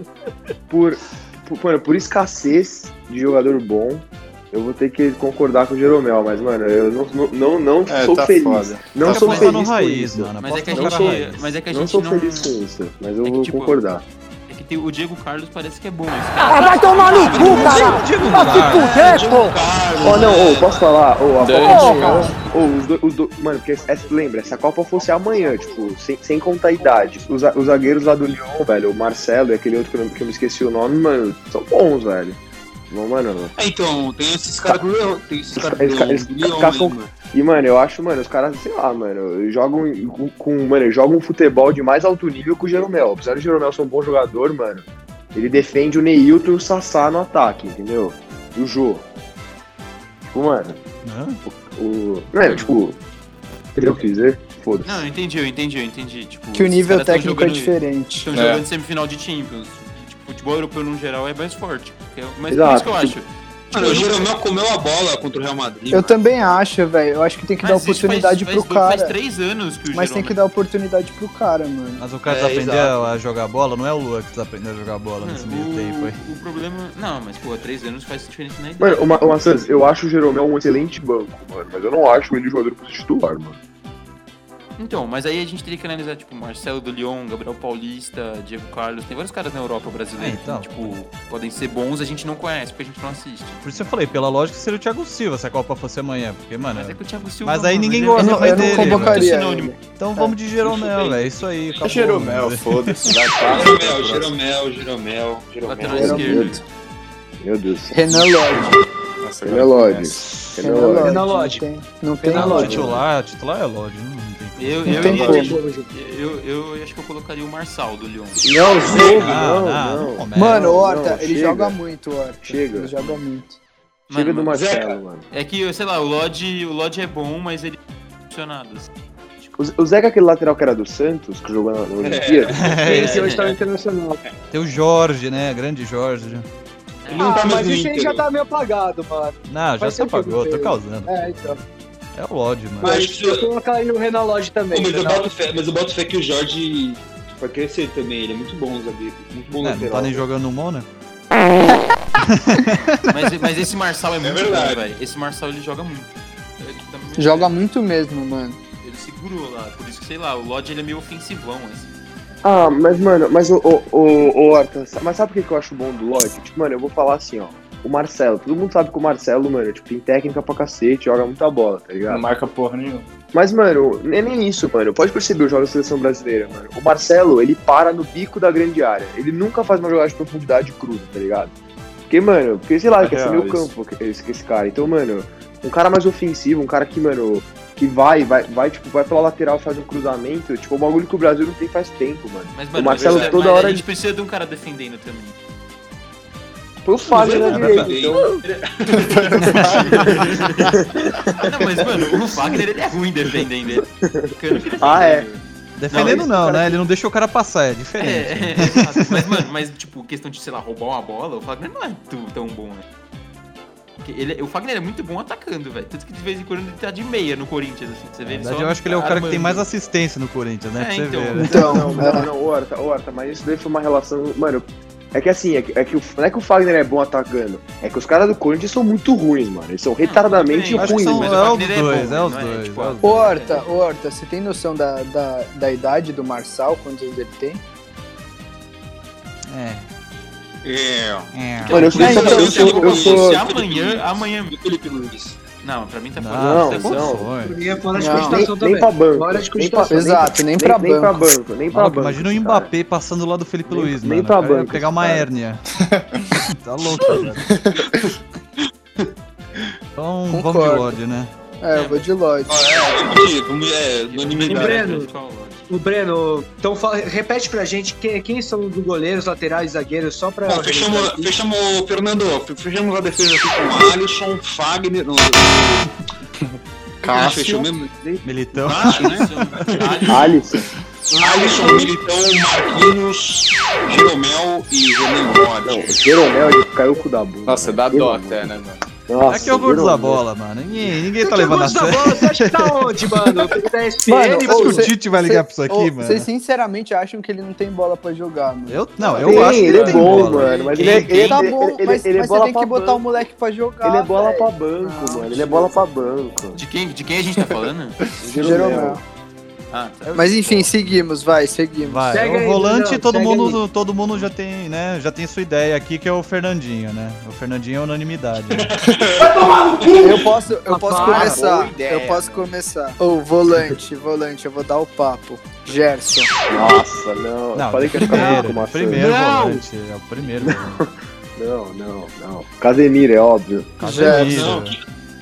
S7: por, por, mano, por escassez de jogador bom, eu vou ter que concordar com o Jeromel, mas, mano, eu não, não, não, não
S6: É,
S7: sou
S6: tá
S7: feliz.
S6: foda.
S7: Não
S6: Tá
S7: sou
S6: foda.
S7: feliz
S4: no
S7: com
S4: raiz,
S7: isso.
S4: mano.
S2: Mas é que a
S4: Aposta no raiz.
S2: gente. Mas é que a
S7: Não
S2: gente
S7: sou
S2: não.
S7: feliz com isso, mas eu
S2: É que,
S7: vou
S2: tipo,
S7: concordar.
S2: É que tem, o Diego Carlos parece que é bom. Esse cara.
S8: Ah, vai tomar no cu, cara!
S4: Diego
S8: Vai se
S4: Goulart.
S5: É,
S8: fuder, pô!
S7: Ó, não, ô, posso falar? Ô, a Copa
S8: Porra!
S7: amanhã. Ô, os dois. Os dois mano, porque essa- lembra, se a Copa fosse amanhã, tipo, sem, sem contar a idade, os, za- os zagueiros lá do Lyon, velho, o Marcelo e aquele outro que eu, não- que eu me esqueci o nome, mano, são bons, velho. Bom, mano.
S1: É, então, tem esses caras do Leão. Tem esses caras do
S7: Eles-
S1: Leão.
S7: eles-
S1: do Leão
S7: caçam-
S1: aí, mano.
S7: E, mano, eu acho, mano, os caras, sei lá, mano, jogam em- com, com- mano, jogam um futebol de mais alto nível que o Jeromel. Apesar do Jeromel ser um bom jogador, mano, ele defende o Neilton e o Sassá no ataque, entendeu? E o Jô. Tipo, mano,
S4: Não?
S7: o. Não é, tipo. Entendeu o que eu quis dizer? Foda-se.
S2: Não, eu entendi, eu entendi, eu entendi. Tipo,
S5: Que o
S2: esses
S5: nível
S2: caras tão
S5: técnico é
S2: jogando-
S5: diferente.
S2: Estão
S6: É.
S2: jogando semifinal de Champions. Tipo, futebol europeu no geral é mais forte. É- Mas
S7: Exato.
S2: por isso que eu acho. Tipo,
S1: Mano, o Jeromel comeu a bola contra o Real Madrid.
S5: Eu também acho, velho. Eu acho que tem que dar
S2: Mas isso
S5: oportunidade
S2: faz,
S5: pro
S2: faz, né? dois-
S5: cara.
S2: Faz três anos que o
S5: Mas tem
S2: Jeromel...
S5: que dar oportunidade pro cara, mano.
S4: Mas o cara
S2: É,
S4: tá aprendendo
S2: exato.
S4: a jogar bola, não é o Luan que tá aprendendo a jogar bola nesse
S2: Hum.
S4: meio tempo aí.
S2: o, o problema... Não, mas, pô, três anos faz diferença na idade.
S7: Mano, o Ma- o Maçãs, eu acho o Jeromel um excelente banco, mano. Mas eu não acho ele jogador pra ser titular, mano.
S2: Então, mas aí a gente teria que analisar, tipo, Marcelo do Lyon, Gabriel Paulista, Diego Carlos. Tem vários caras na Europa brasileira
S4: É, então.
S2: que, tipo, podem ser bons, a gente não conhece, porque a gente não assiste.
S4: Por isso eu falei, pela lógica seria o Thiago Silva se a Copa fosse amanhã. Porque, mano.
S2: Mas é que o Thiago Silva...
S4: Mas aí
S2: mano,
S4: ninguém
S2: ele- é
S4: gosta
S5: Eu não,
S4: mais
S5: eu não
S4: dele.
S5: convocaria.
S2: Muito sinônimo.
S5: ele.
S4: Então vamos de Jeromel, velho. É isso aí.
S6: É
S4: acabou,
S6: Jeromel,
S4: né?
S6: foda-se. Vai, passa.
S1: Jeromel, Jeromel, Jeromel,
S2: Lateral
S1: Jeromel.
S2: esquerdo.
S7: Meu Deus.
S5: Renan Lodge.
S6: Nossa,
S7: Renan Lodge. Renan Lodge.
S3: Renan Lodge.
S5: Não tem, não tem
S3: Renan
S4: Ah,
S5: Lodge.
S4: Titular, titular é Lodge. Não, não tem.
S2: Eu,
S5: Não
S2: eu,
S5: tem
S2: eu,
S5: como.
S2: eu, eu acho que eu colocaria o Marçal do Lyon.
S7: Não, jogo,
S4: Ah, ah,
S7: não,
S4: não
S7: não.
S4: começa.
S3: É,
S5: Mano,
S7: Não,
S5: Horta,
S7: não,
S5: ele
S7: chega.
S5: joga muito, Horta.
S7: Chega.
S5: Ele joga muito.
S7: Chega do
S2: Mano, mas-
S7: Marcelo, mano.
S2: É que, sei lá, o Lodge, o Lodge é bom, mas ele é funcionado.
S7: O o Zeca, aquele lateral que era do Santos, que jogou na na Olimpíada.
S3: Esse hoje tá no internacional.
S4: Tem o Jorge, né? Grande Jorge.
S1: Ele não
S3: Ah,
S1: tá mais
S3: mas
S1: no
S3: isso aí
S1: Inter.
S3: já tá meio apagado, mano.
S4: Não, já
S3: Faz
S4: se
S3: tempo que eu
S4: apagou,
S3: não
S4: tô
S3: vejo.
S4: causando.
S3: É, então.
S4: É o Lodge, mano.
S1: Mas,
S3: Eu colocaria o Renan Lodge também.
S1: Pô, mas, eu
S3: Renan-
S1: boto fé, mas eu boto fé que o Jorge vai crescer também. Ele é muito bom, Zabi. Muito bom
S4: É, não
S1: lateral.
S4: tá nem jogando no Mônaco.
S2: Mas, mas esse Marçal é muito
S1: verdade.
S2: bom, velho. Esse Marçal ele joga muito. Ele também-
S5: Joga muito mesmo, mano.
S2: Ele segurou lá, por isso que sei lá, o Lodge ele é meio ofensivão, assim.
S7: Ah, mas, mano, mas o, o, o, o Horta, sa- mas sabe o que que eu acho bom do Lodge? Tipo, mano, eu vou falar assim, ó. O Marcelo, todo mundo sabe que o Marcelo, mano, tipo, tem técnica pra cacete, joga muita bola, tá
S6: Não
S7: ligado?
S6: marca porra nenhuma.
S7: Mas, mano, nem, nem isso, mano. Pode perceber o jogo da seleção brasileira, mano. O Marcelo, ele para no bico da grande área. Ele nunca faz uma jogada de profundidade cruda, tá ligado? Porque, mano, porque sei lá,
S6: É
S7: quer ser
S6: real
S7: meu
S6: isso.
S7: campo que- esse, que esse cara. Então, mano, um cara mais ofensivo, um cara que, mano, que vai, vai, vai, tipo, vai pela lateral, faz um cruzamento, tipo, um bagulho que o Brasil não tem faz tempo, mano.
S2: Mas,
S7: O Marcelo
S2: mas-
S7: toda
S2: mas
S7: hora
S2: a gente precisa de um cara defendendo também.
S7: Foi o Fagner na direita, então.
S2: Ah, Não, mas mano, o Wagner ele é ruim defendendo ele. tipo Eu não queria ser
S7: Ah, é.
S2: defendendo.
S4: Defendendo
S7: esse
S4: não,
S7: cara
S4: né? Ele não deixa o cara passar, é diferente.
S2: assim, né? É, é, exato. mas mano, mas tipo, questão de, sei lá, roubar uma bola, o Wagner não é tu- tão bom, né? Porque Ele, o Wagner é muito bom atacando, velho. Tanto que de vez em quando ele tá de meia no Corinthians, assim. Você vê
S4: Na
S2: ele
S4: verdade,
S2: só
S4: eu acho que ele é o cara que tem
S2: armando.
S4: mais assistência no Corinthians, né?
S2: É,
S4: pra você
S2: então.
S4: ver, né?
S5: Então,
S7: Não, não, não, Horta, Horta, mas isso daí foi uma relação. Mano, é que assim, é que, é que o, não é que o Fagner é bom atacando, é que os caras do Corinthians são muito ruins, mano. Eles são
S2: tudo
S7: retardadamente
S2: bem,
S4: Ah, Acho que
S7: ruins,
S4: são
S2: mas
S7: mano.
S2: o
S4: é os
S2: Wagner é bom,
S4: dois, é
S2: né?
S4: os
S2: Não é,
S4: dois.
S2: tipo,
S4: é
S2: a-
S4: os dois.
S5: Ô, Horta, ô, Horta, você tem noção da, da, da idade do Marçal, quantos anos ele tem?
S4: É.
S1: É.
S4: É.
S7: Mano, eu sou.
S2: Mas
S7: Eu sou,
S2: então,
S7: eu
S2: se
S7: sou, eu
S2: se
S7: sou
S2: amanhã, amanhã.
S1: E o Felipe Luiz.
S2: Não, pra mim tá
S4: Não,
S2: fora
S4: não,
S2: de
S7: não.
S2: discussão.
S3: Pra mim, fora de
S5: Não,
S7: nem,
S3: cogitação
S7: nem
S3: também.
S7: pra banco.
S3: Fora de
S7: Nem pra,
S3: cogitação.
S5: Exato, nem
S7: nem,
S5: pra
S7: nem pra
S5: banco.
S7: banco. Nem pra
S4: Maluco,
S7: banco.
S4: imagina o
S7: cara.
S4: Mbappé passando lá do Felipe
S7: Nem-
S4: Luiz,
S7: nem
S4: mano.
S7: pra
S4: O cara ia
S7: banco,
S4: pegar uma
S7: cara.
S4: hérnia. tá louco, velho. Então vamos de
S5: Concordo.
S4: Lodge, né?
S5: É, eu vou de Lodge.
S1: É, vamos- é,
S3: Em
S1: unanimidade.
S3: Breno. O Breno, então fala- repete pra gente quem, quem são os goleiros, laterais, zagueiros, só pra. tá
S1: Ó, fechamos, fechamos, Fernando, fechamos a defesa aqui com Alisson, Fagner. Não,
S6: Cássio.
S1: Fechou mesmo?
S4: Militão.
S1: Cássio, né?
S7: Alisson.
S1: Alisson, Militão, Marquinhos, Jeromel e Renan
S7: Não,
S1: Lodge.
S7: o Jeromel, ele caiu com o cu da bunda.
S6: Nossa,
S7: mano.
S6: dá dó
S7: Jeromel.
S6: até, né, mano?
S7: Nossa,
S4: Aqui é o gordo da
S7: Jeromel.
S4: bola, mano. Ninguém, ninguém
S3: Quem
S4: tá
S3: tá
S4: levando a
S3: da
S4: sério.
S3: bola? Você acha que tá onde, mano? Da SPN?
S5: Mano,
S4: Acho
S5: Ô,
S4: que o
S5: cê-
S4: Tite vai ligar pra isso aqui,
S5: Ô,
S4: mano.
S5: Vocês sinceramente acham que ele não tem bola pra jogar, mano?
S4: Eu, não, eu
S7: Sim,
S4: acho que
S7: ele é
S4: tem
S7: bom,
S4: bola.
S7: mano. Mas
S2: Ele-
S7: ele é- ele é
S5: tá
S7: ele-
S5: bom,
S7: ele-
S5: mas,
S7: ele é
S5: mas
S7: bola
S5: você tem que
S7: pra
S5: botar
S7: banco.
S5: o moleque pra jogar.
S7: Ele é bola pra
S5: velho.
S7: banco,
S5: Não,
S7: mano. Ele é bola pra banco.
S2: De quem, de quem a gente tá falando?
S5: Jeromel.
S2: Ah, tá.
S5: Mas enfim, seguimos, vai, seguimos.
S4: Vai,
S3: Segue
S4: o
S3: aí,
S4: volante
S3: Brunão,
S4: todo
S3: segue
S4: mundo, todo mundo já tem, né? Já tem sua ideia aqui que é o Fernandinho, né? O Fernandinho é unanimidade. né?
S5: Eu posso, eu posso
S3: Ah,
S5: começar.
S6: boa ideia,
S5: eu posso começar. Ô, volante, volante, eu vou dar o papo. Gerson.
S7: Nossa, não.
S4: Não,
S7: eu falei que ia ficar Tá
S4: primeiro,
S7: muito maçante.
S4: primeiro
S5: Não!
S4: volante, é o primeiro. volante.
S7: Não, não, não. Casemiro, é óbvio.
S5: Gerson.
S1: Não,
S4: Casemiro.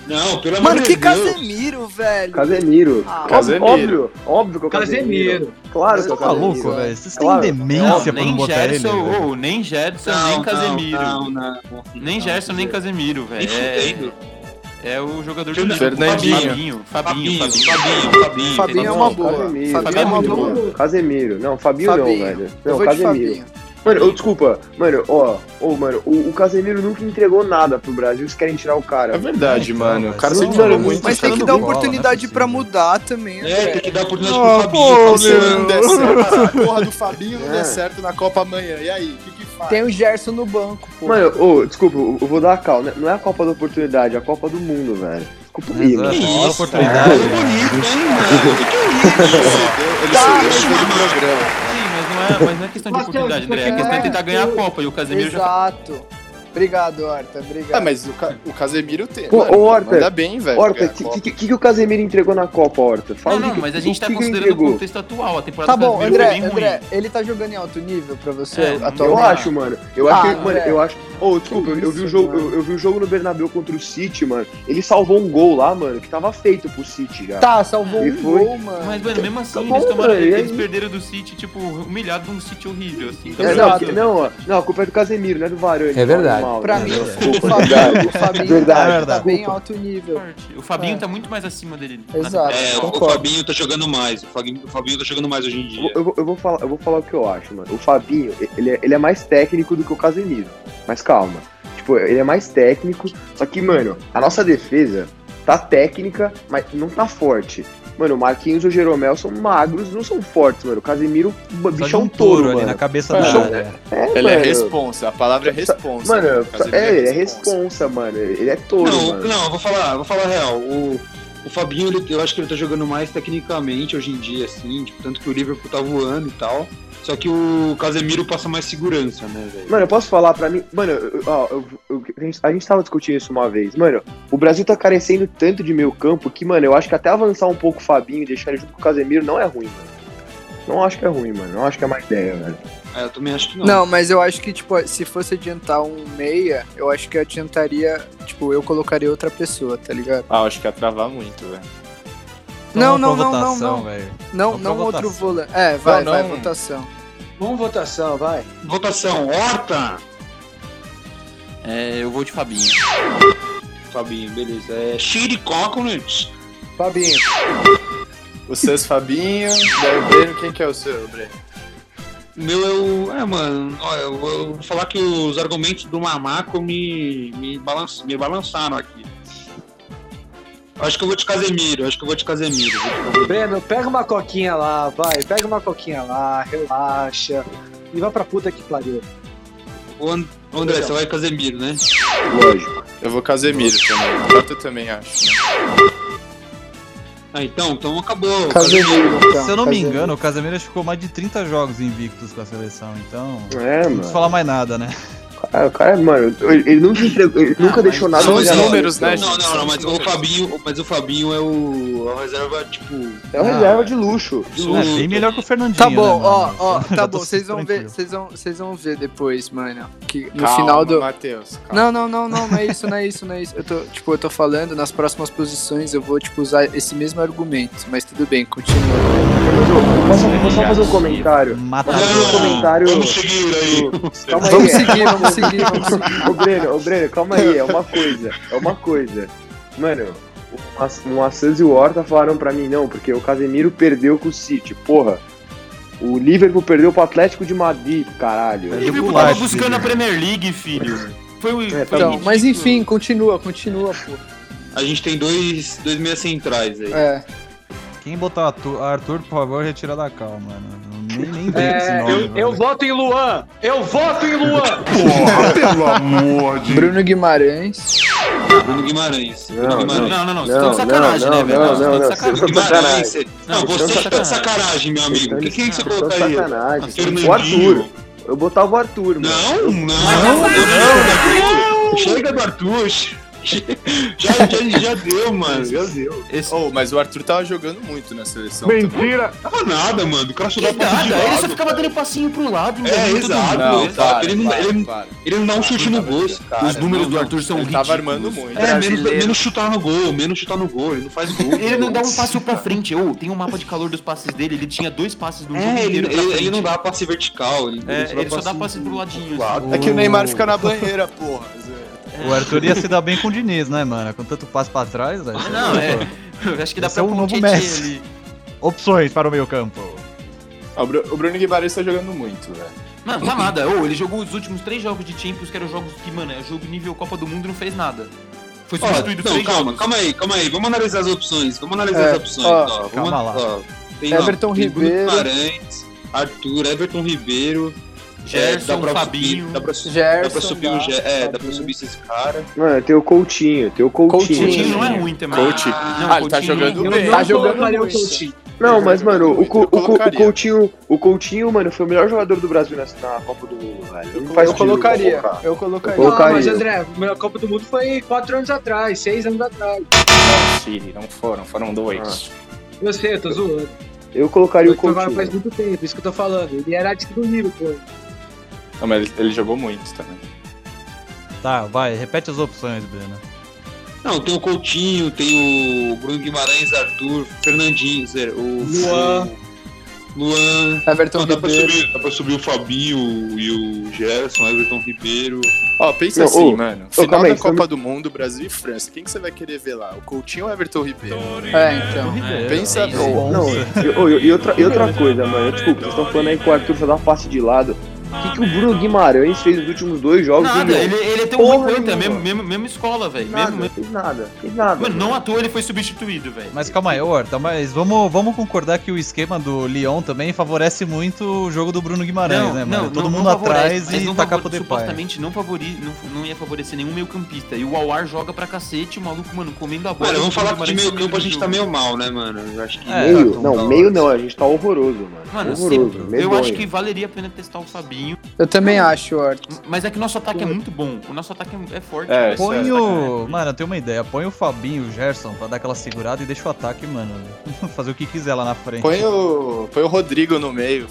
S1: Não, pelo amor
S5: Mano,
S1: de
S5: que
S1: Deus.
S5: Casemiro, velho.
S7: Casemiro.
S5: Ah,
S7: Óbvio-
S6: Casemiro.
S7: Óbvio, óbvio que é o Casemiro.
S3: Casemiro.
S7: Claro que é
S4: Tá
S7: o Casemiro.
S4: maluco, velho? Vocês têm
S7: Claro.
S2: é Não,
S4: demência pra não
S2: nem
S4: botar ele. né?
S2: Gerson,
S4: velho.
S2: ou nem Gerson,
S1: Não,
S2: nem
S1: não,
S2: Casemiro.
S1: Não, não, não.
S2: Nem
S1: Não,
S2: Gerson, nem Casemiro, velho.
S1: Nem fudendo.
S2: É, é o jogador do
S1: Fernandinho.
S2: Fabinho. Fabinho, Fabinho,
S1: Fabinho, Fabinho,
S2: Fabinho.
S1: Fabinho.
S5: Fabinho é
S2: Não,
S5: uma boa.
S7: Casemiro.
S5: Fabinho é uma
S2: Casemiro.
S5: boa.
S7: Casemiro. Não, Fabinho,
S5: Fabinho.
S7: não, velho.
S5: Eu
S7: Não,
S5: vou de
S7: Casemiro.
S5: Fabinho.
S7: Mano, ô, desculpa. Mano, ó, ô, mano, o, o Casemiro nunca entregou nada pro Brasil, eles querem tirar o cara.
S6: É verdade,
S4: Então,
S6: mano. O
S4: mas
S6: cara
S4: não,
S6: se desvaleu
S4: mas
S6: muito.
S4: tem
S6: Mas
S4: que
S6: tem que
S4: dar
S6: dar
S4: um- bola, não é possível.
S5: mudar também. né?
S1: É, tem que dar oportunidade
S4: Ah,
S1: pro Fabinho. tá
S6: se não der certo, se a um porra do Fabinho não
S7: É.
S6: der certo na Copa amanhã. E aí, o que que faz?
S5: Tem o Gerson no banco, pô.
S7: Mano, ô, desculpa, eu eu vou dar a cal. né? Não é a Copa da Oportunidade, é a Copa do Mundo, velho. Desculpa aí,
S4: Exato.
S7: mano.
S4: Uma
S1: isso,
S4: é oportunidade.
S1: Foi bonito, hein, mano?
S2: mas não
S6: Tá, Ele cedeu todo o programa.
S2: é, mas não é questão de
S3: Matheus,
S2: oportunidade, André.
S3: porque
S2: A questão é
S5: é
S2: tentar ganhar a Copa. E o Casemiro já tá-
S5: Exato. Obrigado, Horta. Obrigado.
S6: Ah, mas o, Ca- o Casemiro tem.
S7: Ô,
S6: mano,
S7: ô, Horta.
S6: Manda bem, velho. É,
S7: Horta, o
S6: cara.
S7: que, que, que o Casemiro entregou na Copa, Horta? Fala
S2: Não,
S7: o
S2: não,
S7: que-
S2: mas a
S7: o
S2: gente tá
S7: que que ele
S2: considerando o
S7: entregou.
S2: contexto atual. A temporada
S5: Tá
S2: do
S5: bom,
S2: Casemiro
S5: André,
S2: foi bem
S5: André,
S2: ruim.
S5: ele tá jogando em alto nível pra você
S2: É, não-
S7: Eu
S5: atualmente?
S7: acho, mano. Eu acho
S5: Ah,
S7: que, mano,
S5: velho.
S7: eu acho. Ô, desculpa, eu, eu vi o
S5: isso,
S7: jogo,
S5: mano.
S7: eu, eu vi o jogo no Bernabéu contra o City, mano. Ele salvou um gol lá, mano, que tava feito pro City já.
S5: Tá, salvou
S7: E
S5: um
S7: foi.
S5: gol, mano.
S2: Mas, mano, mesmo assim,
S7: Tá
S2: eles,
S7: bom,
S2: tomaram,
S7: velho, e
S2: eles
S7: aí?
S2: perderam do City, tipo, humilhado de um City horrível, assim.
S7: É,
S5: Exato.
S7: não, que- não, ó, não, a culpa é do Casemiro, não é do Varane.
S10: É verdade.
S7: Mal,
S5: Pra
S7: né?
S5: mim, o
S7: Desculpa,
S5: Fabinho, o Fabinho
S7: Verdade.
S5: tá
S4: Verdade.
S5: bem alto nível.
S2: O Fabinho
S5: É.
S2: tá muito mais acima dele.
S5: Exato.
S1: É, o
S5: Concordo.
S1: Fabinho tá jogando mais. O Fabinho, o Fabinho tá jogando mais hoje em
S7: Eu,
S1: dia.
S7: eu vou- eu vou falar, eu vou falar o que eu acho, mano. O Fabinho, ele é, ele é mais técnico do que o Casemiro. Mas calma. Tipo, ele é mais técnico. Só que, mano, a nossa defesa tá técnica, mas não tá forte. Mano, o Marquinhos e o Jeromel são magros, não são fortes, mano. O Casemiro, o
S4: Só de
S7: bicho é um
S4: um
S7: touro,
S4: ali
S7: mano.
S4: na cabeça
S7: Mano,
S4: da área.
S7: É,
S6: Ele é
S7: mano.
S6: responsa. A palavra é responsa.
S7: Mano,
S6: O Casemiro
S7: é, ele é responsa, mano. Ele é touro,
S1: Não,
S7: mano.
S1: não, eu vou falar, eu vou falar a real. O, o Fabinho, ele- eu acho que ele tá jogando mais tecnicamente hoje em dia, assim, tipo, tanto que o Liverpool tá voando e tal. Só que o Casemiro passa mais segurança, né, velho?
S7: Mano, eu posso falar pra mim. Mano, eu- ó, eu- eu- a, gente, a gente tava discutindo isso uma vez. Mano, o Brasil tá carecendo tanto de meio campo que, mano, eu acho que até avançar um pouco o Fabinho e deixar ele junto com o Casemiro não é ruim, mano. Não acho que é ruim, mano. Não acho que é má ideia, velho.
S1: É, eu também acho que não.
S5: Não, mas eu acho que, tipo, se fosse adiantar um meia, eu acho que adiantaria, tipo, eu colocaria outra pessoa, tá ligado?
S6: Ah, acho que ia travar muito, velho.
S5: Não, não,
S4: Toma
S5: não, não,
S4: Então provocação,
S5: não.
S4: velho.
S5: Não,
S4: Vamos
S5: não
S4: pra
S5: outro
S4: votação.
S5: volante. É, vai,
S6: Não,
S5: vai,
S6: não.
S5: votação.
S3: Vamos votação, vai.
S1: Votação, Horta!
S2: É, eu vou de Fabinho.
S1: Fabinho, beleza. É Chiri Coconut.
S5: Fabinho,
S6: O Sans Fabinho, daí o Breno, quem que é o seu, Breno?
S1: O meu é o. É, mano, ó, eu vou eu vou falar que os argumentos do Mamaco me, me, balanç- me balançaram aqui. Acho que eu vou de Casemiro, acho que eu vou de Casemiro.
S3: Breno, pega uma coquinha lá, vai. Pega uma coquinha lá, relaxa. E vai pra puta que pariu.
S1: O And- o André, você vai de Casemiro, né?
S7: Lógico.
S6: Eu vou Casemiro também. O Jota também acho. né?
S1: Ah, então, então acabou.
S5: Casemiro, então.
S4: Se eu não me
S5: Casemiro.
S4: engano, o Casemiro acho que ficou mais de 30 jogos invictos com a seleção, então.
S7: É,
S4: Não
S7: mano.
S4: preciso falar mais nada, né?
S7: Ah, o cara, mano, ele, ele nunca, entregou, ele nunca deixou nada
S6: são os
S7: jogar na
S6: números,
S7: seleção.
S1: Não, não, não, mas o Fabinho, mas o Fabinho é o, é o reserva, tipo.
S7: É uma
S4: Ah,
S7: reserva de luxo. De
S4: É,
S7: luxo.
S4: bem melhor que o Fernandinho.
S5: Tá bom,
S4: né,
S5: ó,
S4: mano?
S5: ó,
S4: Já
S5: tá
S4: tô
S5: bom, vocês vão ver,
S4: tranquilo.
S5: vocês vão, vocês vão ver depois, mano, que no
S6: Calma,
S5: final do
S6: Matheus, calma.
S5: Não, não, não, não, não é isso, não é isso, não é isso. Eu tô, tipo, eu tô falando, nas próximas posições eu vou, tipo, usar esse mesmo argumento, mas tudo bem, continua.
S7: Mas, ô, posso, posso só fazer um comentário?
S4: Mata
S7: Posso fazer um
S1: Não,
S7: comentário?
S1: Vamos seguir né? aí.
S7: Calma aí.
S5: Vamos seguir,
S3: é.
S5: vamos seguir, vamos seguir.
S7: Ô Breno, ô Breno, calma aí, é uma coisa, é uma coisa. Mano, o Mas- o Massans e o Horta falaram pra mim não, porque o Casemiro perdeu com o City, porra. O Liverpool perdeu pro Atlético de Madrid, caralho.
S4: É,
S2: Ele
S4: do
S2: tava
S4: Bulacho,
S2: buscando
S4: filho.
S2: a Premier League, filho. Foi o.
S7: É,
S2: foi
S3: um
S5: Então,
S2: o-
S5: mas
S3: tipo
S5: enfim, continua, continua, pô.
S1: A gente tem dois, dois meias centrais aí.
S5: É.
S4: Quem botar o Arthur- Arthur, por favor, retira da calma, mano. Eu Nem, nem vejo esse
S3: É,
S4: nome.
S3: eu, eu
S4: velho.
S3: voto em Luan! Eu voto em Luan!
S9: Porra, pelo amor de
S5: Bruno Guimarães.
S1: Bruno Guimarães. Bruno
S7: Não,
S1: Guimarães.
S2: Não, não, não. Vocês estão
S7: Não,
S2: de sacanagem,
S7: não,
S2: né,
S7: não,
S2: velho?
S7: não,
S2: Vocês estão
S7: não,
S2: de
S1: Bruno
S2: sacanagem.
S7: não, vocês estão
S1: Guimarães,
S7: sacanagem.
S1: você- Não,
S2: Vocês
S1: você
S2: estão
S1: que tá de
S2: sacanagem.
S1: sacanagem, meu amigo. Quem que você
S7: Vocês tão de
S1: colocaria?
S7: sacanagem.
S1: Fernandinho.
S7: O Arthur. Eu botava o Arthur, mano.
S1: Não, não, não, não, Chega do Arthur. Já, já, já deu, mano. Já deu.
S2: Esse-
S6: Oh, mas o Arthur tava jogando muito na seleção. tá
S9: Mentira!
S1: Tava nada, mano. O cara só
S2: Que
S1: dá pra
S2: nada, ele só
S1: lado.
S2: ficava dando passinho pro
S1: É,
S2: lado, enganando todo
S1: exato.
S2: mundo.
S1: Não, tá. ele não- ele- Ele não dá um chute no gol, esse cara.
S2: Os números
S6: não,
S2: do Arthur são
S6: Ele tava
S2: ridículos.
S6: armando muito.
S1: É, menos, menos chutar no gol, menos chutar no gol, ele não faz
S7: tá.
S1: gol.
S2: Ele não dá um passo pra frente. Ô, tem um mapa de calor dos passes dele. Ele tinha dois passes do jogo
S1: É, ele,
S2: inteiro pra
S1: ele-
S2: frente.
S1: ele não dá passe vertical, ele,
S2: É, ele só dá passe pro ladinho. assim.
S6: É que o
S7: Uh.
S6: Neymar fica na banheira, porra.
S4: O Arthur ia se dar bem com o Diniz, né, mano? Com tanto passo pra trás, né? velho.
S2: Ah, Não, é. Acho que dá
S4: Esse
S2: pra
S4: é o
S2: pôr
S4: novo
S2: Tietê
S4: Messi.
S2: ali.
S4: Opções para o meio campo.
S6: Ah, O Bru- o Bruno Guimarães tá jogando muito, velho.
S2: Não, tá nada. Ô, ele jogou os últimos três jogos de Champions, que eram jogos que, mano, é jogo nível Copa do Mundo e não fez nada. Foi
S1: Ó,
S2: substituído
S1: não,
S2: três
S1: calma,
S2: jogos.
S1: calma aí, calma aí. Vamos analisar as opções. Vamos analisar
S5: É,
S1: as opções.
S5: ó,
S1: ó. Vamos-
S4: calma lá.
S1: ó, tem,
S5: Everton
S1: ó, tem Bruno
S5: Ribeiro.
S1: Guimarães, Arthur, Everton Ribeiro.
S2: Gerson,
S1: é dá pra
S2: Fabinho.
S1: Subir, dá pra, su- dá pra
S5: Gerson,
S1: subir o
S5: dá,
S1: Ge- É, dá pra
S5: Fabinho.
S1: subir esses caras.
S7: Mano, tem o Coutinho, tem o Coutinho.
S2: O time não é ruim também.
S6: Coach.
S2: Não,
S6: Ah, ele tá
S2: Coutinho não é
S6: jogando
S2: ruim.
S6: bem.
S5: Tá jogando
S3: colocaria o
S5: muito.
S3: Coutinho.
S7: Não, mas, mano, o,
S6: Eu
S7: Co- o Co- o
S6: colocaria.
S7: Coutinho, o Coutinho, mano, foi o melhor jogador do Brasil na, na Copa do Mundo, velho. Não faz
S5: Eu
S7: sentido
S5: colocaria,
S7: colocar.
S5: eu colocaria.
S7: Eu
S3: Não,
S7: colocaria.
S3: mas André, a Copa do Mundo foi quatro anos atrás, seis anos atrás.
S6: Chile, não foram, foram dois.
S7: Ah.
S3: Eu sei, eu tô zoando.
S7: Eu colocaria
S3: Eu
S7: o
S3: tô agora faz
S7: Coutinho.
S3: muito tempo, isso que eu tô falando. Ele era tipo do nível, pô.
S6: Não, mas ele, ele jogou muito também.
S4: Tá, vai, repete as opções, Breno.
S1: Não, tem o Coutinho, tem o Bruno Guimarães, Arthur, Fernandinho, zero, o
S3: Luan.
S1: o Luan.
S5: Everton
S1: Não, dá, pra
S5: Então, Ribeiro.
S1: subir, dá pra subir o Fabinho e o Gerson, Everton Ribeiro.
S6: Ó, pensa
S7: Não,
S6: assim,
S7: ô,
S6: mano. Final
S7: calma aí,
S6: da Copa do Mundo, Brasil e França. Quem que você vai querer ver lá? O Coutinho ou Everton Ribeiro?
S5: É, então.
S6: Pensa
S2: é,
S6: bem.
S7: Não, e, ô, e- e outra, e outra coisa, mano, desculpa, vocês estão falando aí que o Arthur só dá passe de lado. O que, que o Bruno Guimarães fez nos últimos dois jogos? hein,
S2: Nada,
S7: meu?
S2: ele, ele é tão
S7: Porra
S2: ruim quanto, é
S7: nenhuma.
S2: mesmo, mesmo, mesmo escola, velho.
S7: Nada,
S2: Mesmo- mesmo-
S7: fez nada, fez nada.
S2: Mano, não à toa ele foi substituído, velho.
S4: Mas calma aí, ô, Horta, mas vamos, vamos concordar que o esquema do Lyon também favorece muito o jogo do Bruno Guimarães, né, mano? Todo mundo
S2: favorece,
S4: atrás
S2: mas
S4: e
S2: não
S4: tacar
S2: favore-
S4: poder pai.
S2: Supostamente não, favori, não, não ia favorecer nenhum meio campista. E o Awar joga pra cacete, o maluco, mano, comendo a bola.
S1: Mano, vamos
S2: O Bruno
S1: falar que de
S2: Guimarães é
S1: meio campo a
S2: sumiu
S1: gente
S2: do
S1: tá
S2: jogo.
S1: meio mal, né, mano? Eu acho que.
S4: É,
S7: meio,
S1: tá tão
S7: não,
S1: da hora.
S7: meio não, a gente tá horroroso, mano.
S2: Mano,
S7: horroroso, né?
S4: sempre.
S7: medonho.
S2: Eu acho que valeria a pena testar o Fabinho.
S5: Eu também acho, Horto.
S2: Mas é que nosso ataque é muito bom. O nosso ataque é forte.
S6: É,
S2: velho.
S6: isso é-
S4: Põe
S2: Nosso ataque é
S4: o.
S2: forte.
S4: Mano, eu tenho uma ideia. Põe o Fabinho e o Gerson pra dar aquela segurada e deixa o ataque, mano, fazer o que quiser lá na frente.
S6: Põe o, põe o Rodrigo no meio.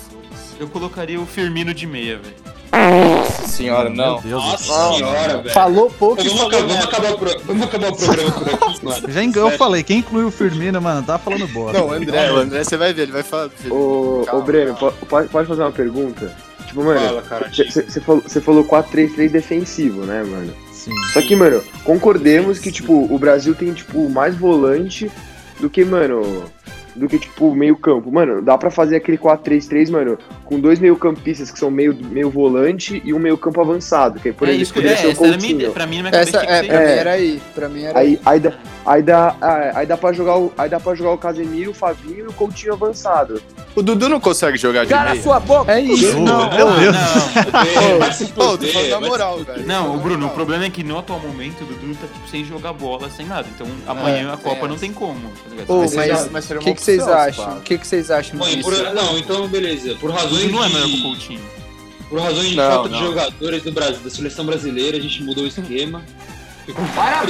S2: Eu colocaria o Firmino de meia, velho.
S6: Nossa senhora, não.
S4: Meu Deus do
S1: Nossa
S4: céu.
S1: senhora, velho.
S5: Falou pouco e
S1: Vamos,
S5: falou
S1: acabar- vamos
S5: merda.
S1: acabar o pro- vamos acabar o programa por aqui, mano.
S4: Já engan... eu falei, quem inclui o Firmino, mano, tá falando boa.
S6: Não, André, o André, você vai ver, ele vai falar.
S7: Ô,
S6: Calma,
S7: ô Breno,
S6: calma.
S7: po- pode, pode fazer uma pergunta? Tipo, mano,
S1: Fala, cara.
S7: você falou, cê falou 4-3-3 defensivo, né, mano?
S4: Sim.
S7: Só que, mano, concordemos que, tipo, o Brasil tem, tipo, mais volante do que, mano, do que, tipo, meio campo. Mano, dá pra fazer aquele 4-3-3, mano, com dois meio campistas que são meio, meio volante e um meio campo avançado, que, por
S2: é
S7: exemplo,
S2: isso que
S7: poderia ser o
S2: essa era a minha
S7: Coutinho.
S2: ideia. Pra mim, na minha cabeça
S5: Essa,
S2: tinha
S5: é,
S2: que um
S5: pra
S2: ser
S5: mim
S7: É.
S5: era aí. Pra mim era aí.
S7: Aí, aí, dá, aí, dá, ah, aí dá pra jogar o, aí dá pra jogar o Casemiro, o Fabinho e o Coutinho avançado.
S6: O Dudu não consegue jogar de
S5: Cara,
S6: meio.
S5: sua boca! É isso, não.
S4: Meu
S2: isso.
S4: Deus.
S2: Não,
S1: Vai se
S6: Pô, tô falando
S1: fuder,
S6: na
S1: vai se-
S6: moral, velho.
S2: não, o Bruno, o
S6: Não.
S2: problema é que no atual momento o Dudu tá tipo, sem jogar bola, sem nada. Então
S5: É,
S2: amanhã a
S6: tem
S2: Copa
S6: essa.
S2: não tem como. tá ligado?
S5: Ô,
S6: Mas seria-
S5: mas
S6: mas seria
S5: o
S6: uma
S5: que que vocês
S6: opção,
S5: acham?
S6: claro.
S5: O que que vocês acham
S1: Mãe,
S5: disso?
S1: por- não, então beleza. Por razões
S2: não é melhor que o
S1: de,
S2: Coutinho.
S1: por razões de
S6: Não,
S1: falta de
S6: não.
S1: jogadores do Brasil, da seleção brasileira, a gente mudou o esquema. Ficou
S6: Pô,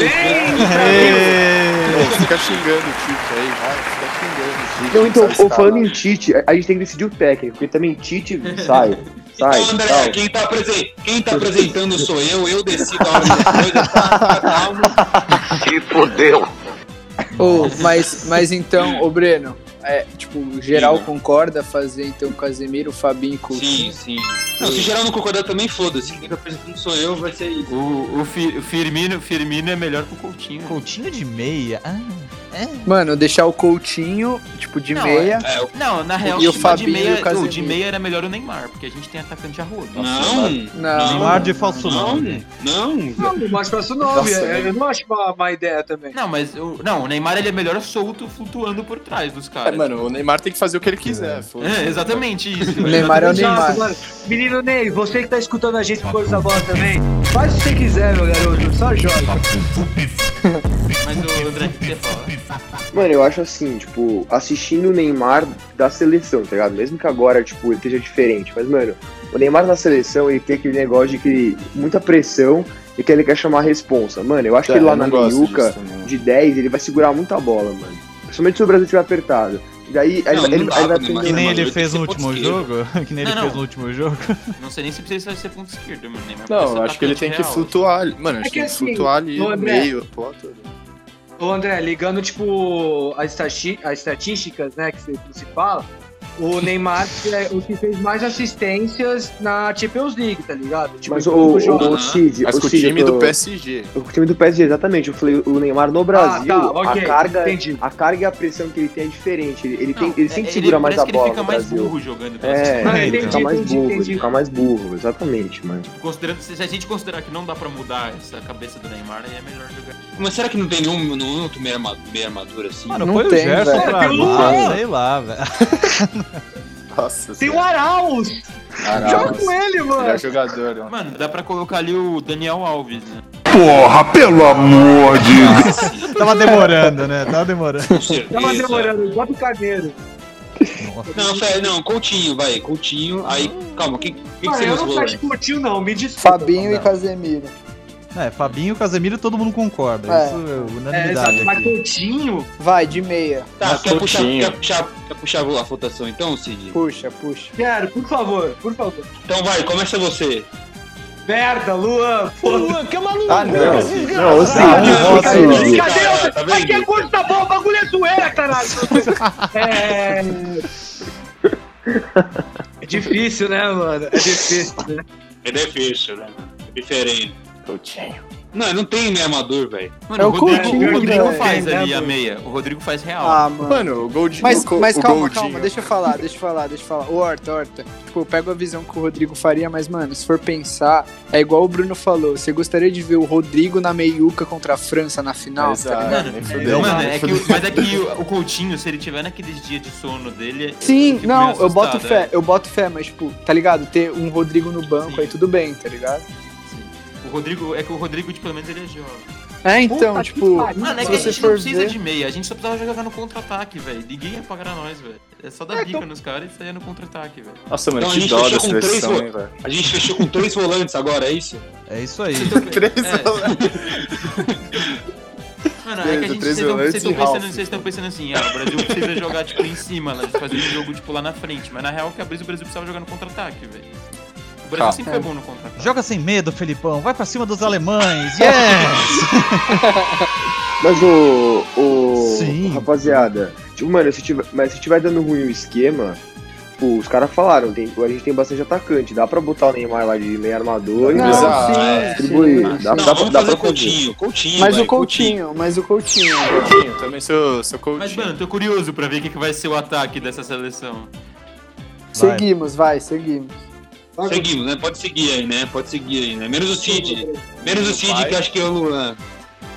S6: Fica xingando o Tite aí, vai. Fica xingando o Tite.
S7: Então, então
S6: não sabe
S7: ô, falando em
S6: escalar.
S7: Tite, a- a gente tem que decidir o técnico, porque também Tite sai. sai
S1: Então, André,
S7: sai.
S1: quem tá, apresen- quem tá apresentando sou eu, eu decido a ordem das coisas, tá? Calma.
S5: Ô, mas, mas então, ô Breno, é, tipo, geral concorda fazer então Casemiro, Fabinho
S1: Sim,
S5: e Coutinho?
S1: sim. Não, se geral não concordar também, foda-se. Quem tá apresentando sou eu, vai ser isso.
S2: O, o Fi- o Firmino, Firmino é melhor que o Coutinho.
S4: Coutinho de meia. Ah,
S5: Mano, deixar o Coutinho, tipo, de
S2: Não,
S5: meia.
S1: É, o-
S2: Não, na real,
S5: E o
S2: tipo,
S5: Fabinho
S2: de meia,
S5: e o
S2: não, de
S5: Casemiro.
S2: meia era melhor o Neymar, porque a gente tem atacante a roda.
S1: Não,
S5: Não.
S4: Neymar de falso
S1: não,
S4: nove.
S1: não.
S3: Não, não acho falso nome.
S6: Nossa,
S3: é,
S5: né?
S6: velho.
S3: eu não acho uma má ideia também.
S2: Não, mas o, não, o Neymar ele é melhor solto flutuando por trás dos
S6: É,
S2: caras.
S6: mano, o Neymar tem que fazer o que ele quiser. foda-se.
S2: É, exatamente isso.
S5: O Neymar é o
S3: Exato,
S5: Neymar.
S3: mano. Menino Ney, você que tá escutando a gente com da bola também, faz o que você quiser, meu garoto. Só joga.
S2: Mas o André, o que você fala?
S7: Mano, eu acho assim, tipo, assistindo o Neymar da seleção, tá ligado? Mesmo que agora, tipo, ele esteja diferente. Mas, mano, o Neymar na seleção, ele tem aquele negócio de que muita pressão e que ele quer chamar a responsa. Mano, eu acho que ele
S6: É, eu
S7: lá
S6: não
S7: na
S6: gosto
S7: meiuca
S6: disso, não.
S7: de 10, ele vai segurar muita bola, mano. Principalmente se o Brasil estiver apertado. E daí, aí,
S1: Não,
S7: ele,
S1: não
S7: ele
S1: dá
S7: vai
S1: pro Neymar.
S4: Que
S7: aprendendo-
S4: nem
S1: mano,
S4: ele
S1: ele
S4: fez
S1: tem
S4: no
S1: que ser
S4: último
S1: ponto
S4: jogo. Que nem ele
S2: Não,
S4: fez
S2: não.
S4: no último jogo.
S2: Não sei nem se precisa ser ponto esquerdo, mano. Neymar, porque
S6: Não,
S2: esse
S6: eu acho que ele tem
S2: atacante
S6: que
S2: Tá real.
S6: flutuar ali. Mano, acho
S3: É
S6: que
S3: que
S6: tem que
S3: assim,
S6: flutuar ali
S3: ô,
S6: no
S3: André.
S6: meio, pô, tudo.
S3: Ô André, ligando, tipo, as, estati- as estatísticas, né, que você- que se fala, O Neymar é o que fez mais assistências na Champions League, tá ligado? Tipo,
S7: Mas
S3: em
S7: o,
S3: poucos
S7: o,
S3: jogos.
S7: o Cid.
S6: Mas
S7: o
S6: com o
S7: Cid,
S6: time
S7: eu tô-
S6: do PSG.
S7: O time do PSG, exatamente. Eu falei, o Neymar no Brasil,
S3: tá, ok,
S7: a, carga,
S3: entendi.
S7: a carga e a pressão que ele tem é diferente. Ele, ele, tem,
S2: Não,
S7: ele
S2: é-
S7: sempre segura mais
S2: parece
S7: a
S2: que
S7: bola
S2: ele fica
S7: no
S2: mais
S7: Brasil.
S2: burro jogando. então, assim,
S7: É,
S3: Ah,
S7: ele
S3: entendi,
S7: fica mais
S3: entendi,
S7: burro,
S3: entendi.
S7: ele fica mais burro, exatamente, mano.
S2: Considerando, se a gente considerar que não dá pra mudar essa cabeça do Neymar, aí é melhor jogar.
S1: Mas será que não tem nenhum, nenhum outro meia arma- meia armadura assim?
S4: Mano,
S5: Não
S4: põe o
S5: tem,
S4: Gerson
S5: velho.
S4: pra
S3: Tem o
S4: lá,
S3: Luan.
S4: sei lá, velho.
S6: Nossa
S3: Tem o Arauz!
S6: Arauz.
S3: Joga com ele,
S6: Melhor
S2: é
S3: mano!
S6: jogador, mano.
S2: Mano, dá pra colocar ali o Daniel Alves, né?
S9: Porra, pelo amor de Deus.
S4: Tava demorando, né? Tava demorando.
S1: Com certeza.
S3: Tava Tá
S7: é
S3: demorando, bota o Carneiro.
S1: Não, pera, não, Coutinho, vai, Coutinho. Aí, calma, quem, quem que
S3: Mano,
S1: você
S3: eu não
S1: gostou?
S3: faço de curtir, não, me desculpa.
S5: Fabinho
S4: não.
S5: e Casemiro.
S4: É, Fabinho e Casemiro todo mundo concorda.
S5: É.
S4: Isso é
S3: É,
S4: unanimidade
S3: exato, mas
S4: aqui.
S3: Coutinho,
S5: Vai, de meia.
S1: Tá,
S6: Mas
S1: quer puxar,
S6: Coutinho.
S1: quer, puxar, quer puxar a votação então, Cid?
S5: Puxa, puxa.
S3: quero, por favor, por favor.
S1: Então vai, começa você.
S3: Merda, Luan, foda-se.
S6: Ah, não.
S7: Não, o Cid,
S4: não,
S7: o
S4: tá
S7: Cid.
S1: Sim,
S3: Cadê
S1: cara,
S3: outra?
S1: tá
S3: Mas
S1: vendo?
S3: que curso tá bom, o bagulho é zoeira, caralho. é... é difícil, né, mano? É difícil, né?
S1: É difícil, né? É diferente.
S6: Coutinho.
S1: Não, não tem meia armador, velho.
S2: Mano,
S5: É
S2: o
S5: o
S2: Rodrigo,
S5: Coutinho,
S2: o Rodrigo
S5: velho.
S2: faz
S3: É, né,
S2: ali a
S3: mano?
S2: meia. O Rodrigo faz real.
S5: Ah, mano.
S6: Mano, o Goldinho.
S5: Mas,
S6: o,
S5: mas
S6: o
S5: calma,
S6: Goldinho.
S5: calma, deixa eu falar, deixa eu falar, deixa eu falar. Ô, Horta, Horta, tipo, eu pego a visão que o Rodrigo faria, mas, mano, se for pensar, é igual o Bruno falou, você gostaria de ver o Rodrigo na meiuca contra a França na final? tá ligado?
S6: Exato, nem fudeu.
S2: Mano,
S6: nem
S2: é que,
S6: fudeu.
S2: o- mas é que o, o Coutinho, se ele tiver naqueles dias de sono dele.
S5: Sim,
S2: fico
S5: não,
S2: meio
S5: eu boto
S2: assustado, né?
S5: fé, eu boto fé, mas, tipo, tá ligado? Ter um Rodrigo no banco
S2: Sim.
S5: aí tudo bem, tá ligado?
S2: é. O Rodrigo, é que o Rodrigo, tipo, pelo menos ele é jovem.
S5: É, então,
S3: Puta que
S5: tipo,
S3: pariu.
S2: Mano, é
S5: se
S2: que a
S5: você
S2: gente não
S5: for
S2: precisa
S5: ver...
S2: de meia, a gente só precisava jogar no contra-ataque, velho. Ninguém ia pagar nós, velho. É só dar
S5: então-
S2: bica nos caras e sair no contra-ataque, velho.
S6: Nossa, mano,
S1: Então, a
S6: que
S1: gente
S6: dó da
S1: fechou com três
S6: seleção,
S1: gols.
S6: hein, velho.
S1: A gente fechou com três volantes agora, é isso?
S4: É isso aí.
S6: Três
S2: É.
S6: gols.
S2: Mano, é que a
S6: Beleza,
S2: gente,
S6: três
S2: vocês tão- vocês
S6: volantes
S2: estão
S6: e
S2: pensando,
S6: Ralf.
S2: vocês estão pensando assim, ah, o Brasil precisa jogar, tipo, em cima, né, fazer um jogo, tipo, lá na frente. Mas na real, que a brisa, o Brasil precisava jogar no contra-ataque, velho. O Brasil
S6: Ah.
S2: sempre foi bom no contra-ataque.
S4: Joga sem medo, Felipão. Vai pra cima dos alemães. Yes!
S7: Mas o. o
S4: Sim.
S7: Rapaziada, tipo, mano, se tiver, mas se tiver dando ruim o esquema, tipo, os caras falaram, tem, a gente tem bastante atacante, dá pra botar o Neymar lá de meio armador e
S5: Não,
S6: Exato,
S5: sim,
S6: é,
S7: distribuir.
S5: sim.
S7: Dá,
S1: não,
S7: dá, pra-
S1: vamos
S7: dá
S1: fazer
S7: pra fazer.
S1: Coutinho, Coutinho.
S5: Mas
S1: vai,
S5: o Coutinho, mas o Coutinho...
S6: Coutinho, também sou, sou Coutinho.
S2: Mas, mano, tô curioso pra ver o que, que vai ser o ataque dessa seleção.
S5: Seguimos, vai, seguimos.
S1: Seguimos, né? Pode seguir aí, né? Pode seguir aí, né? Menos o Cid. Menos o Cid, que eu acho que é o Luan.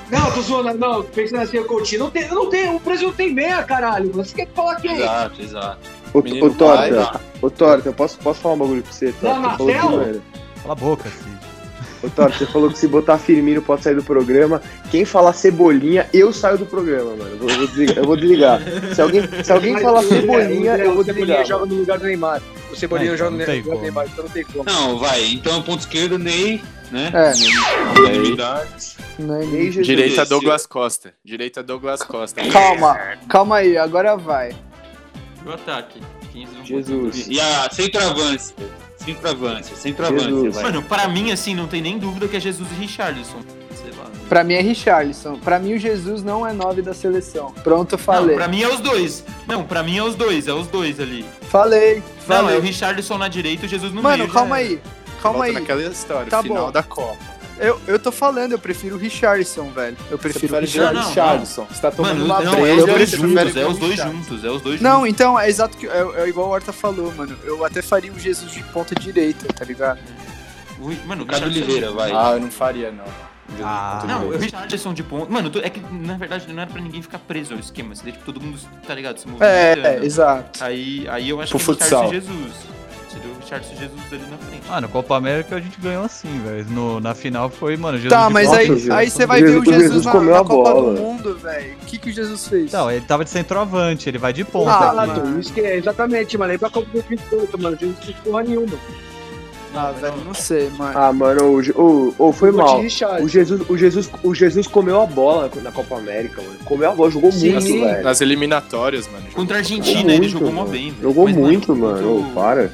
S3: Não, tô zoando, não, pensando assim, o Coutinho, não tem, não tem, o Brasil não tem meia, caralho. Você quer falar é? quem?
S1: Exato, exato.
S7: Ô,
S6: Menino
S7: ô,
S6: vai,
S7: Torta, ô, Torta, eu posso, posso falar um bagulho pra você? Torta?
S3: Não,
S7: Você falou que,
S3: Marcelo?
S7: mano,
S4: Cala a boca, Cid.
S7: Ô, Torta, você falou que se botar Firmino pode sair do programa. Quem falar cebolinha, eu saio do programa, mano. Eu vou, eu vou desligar, eu vou desligar. Se alguém, se alguém
S3: Mas
S7: falar
S3: o Cebolinha- é
S7: cebolinha, é eu vou
S3: O Cebolinha
S7: desligar.
S3: joga no lugar do Neymar. O Cebolinha
S4: Não,
S3: joga no
S4: não tem
S3: lugar do
S4: como.
S3: Neymar, então não tem como.
S1: Não, vai. Então, ponto esquerdo, Ney, né?
S5: É.
S1: Unanimidade.
S5: Não é
S7: mano. Nem Jesus.
S6: Direita
S1: Esse-
S6: Douglas Costa. Direita Douglas Costa.
S5: Calma, calma aí, agora vai.
S2: E o ataque? Quem eles vão
S7: Jesus.
S1: E a centroavance. Centroavance, centroavance,
S7: Jesus.
S1: vai.
S2: Mano, pra mim, assim, não tem nem dúvida que é Jesus e Richarlison. Sei lá. Não,
S5: Pra mim é Richarlison. Pra mim o Jesus não é nove da seleção. Pronto, falei.
S2: pra mim é os dois. Não, pra mim é os dois, é os dois ali.
S5: Falei,
S2: Não, é o
S5: falei.
S2: Richarlison na direita e o Jesus no é. meio.
S5: Mano,
S2: já
S5: calma
S2: era.
S5: aí. Calma
S6: Volta
S5: aí.
S6: naquela história,
S5: Tá
S6: final
S5: bom.
S6: da Copa.
S5: Eu, eu tô falando, eu prefiro o Richarlison, velho. Eu prefiro o
S6: prefere
S5: Richarlison.
S2: Richarlison? Não, não,
S6: Richarlison. Você tá tomando
S2: Mano,
S6: uma
S2: não, é
S6: breja,
S2: os dois
S6: você
S2: juntos,
S6: prefere
S2: é os dois
S6: Richarlison.
S2: juntos, é os dois
S5: Não,
S2: juntos.
S5: então, é exato que. É, é igual o Horta falou, mano. Eu até faria o Jesus de ponta direita, tá ligado?
S2: Ui, Mano, o
S1: Cado
S2: Richarlison-
S1: Oliveira, vai.
S6: Ah, eu não faria, não.
S4: Ah.
S2: Não, o Richarlison de ponta. Mano, tu- é que na verdade não era pra ninguém ficar preso ao esquema. Seria tipo todo mundo, tá ligado? Se movimentando.
S5: É, é, exato.
S2: aí, aí eu acho
S6: Pro
S2: que é o Richarlison
S6: futsal.
S2: e Jesus. Seria o Richarlison e Jesus ali na frente.
S4: Mano, Ah, Copa América a gente ganhou assim, velho. No- Na final foi, mano, Jesus
S5: Tá,
S4: de
S5: mas
S4: volta.
S5: aí,
S7: Jesus.
S5: aí você vai ver o
S7: Jesus- o
S5: Jesus
S7: Jesus
S5: na,
S7: comeu
S5: na
S7: a
S5: Copa
S7: bola.
S5: do Mundo, velho. O que, que o Jesus fez?
S4: Não, ele tava de centroavante, ele vai de ponta
S5: Ah,
S4: aqui.
S5: mano.
S3: Isso que é, exatamente, mano. É pra Copa 2018, mano. Jesus não fez porra nenhuma.
S5: Ah, velho, não sei, mano.
S7: Ah, mano, o Je- o- o- foi
S3: Vou
S7: mal.
S3: te deixar.
S7: O Jesus, o, Jesus, o Jesus comeu a bola na Copa América, mano. Comeu a bola, jogou
S3: Sim. Assim,
S7: muito, velho.
S6: Nas eliminatórias, mano.
S2: Contra a
S7: Jogou
S2: Argentina, ele
S7: muito,
S2: jogou mó
S7: mano.
S2: bem, velho.
S7: Jogou
S2: Mas,
S7: muito,
S2: o-
S7: mano. Ô, para.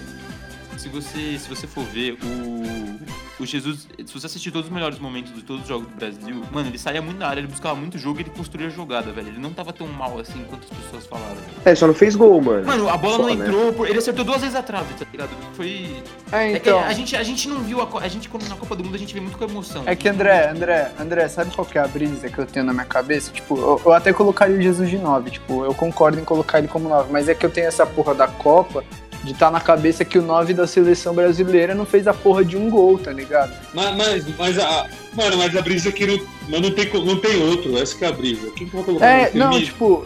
S2: Se você, se você for ver, o, o Jesus, se você assistir todos os melhores momentos de todos os jogos do Brasil, mano, ele saía muito da área, ele buscava muito jogo e ele construía jogada, velho. Ele não tava tão mal assim quanto as pessoas falaram.
S7: É, só não fez gol, mano.
S2: Mano, a bola
S7: Só,
S2: não
S7: né?
S2: entrou, por- ele acertou duas vezes a trave, tá ligado? Foi.
S5: É,
S2: É que
S5: então.
S2: a gente, a gente não viu a, co- a gente quando na Copa do Mundo a gente vê muito com emoção.
S5: É que, André, André, André, sabe qual que é a brisa que eu tenho na minha cabeça? Tipo, eu, eu até colocaria o Jesus de 9, tipo, eu concordo em colocar ele como 9, mas é que eu tenho essa porra da Copa de estar na cabeça que o 9 da seleção brasileira não fez a porra de um gol, tá ligado?
S1: Mas, mas, mas a. Mano, mas a brisa aqui não, mas não, tem, co- não tem outro, essa que é a brisa. Quem que vai colocar
S5: É,
S1: no
S5: não,
S1: Firmino?
S5: tipo.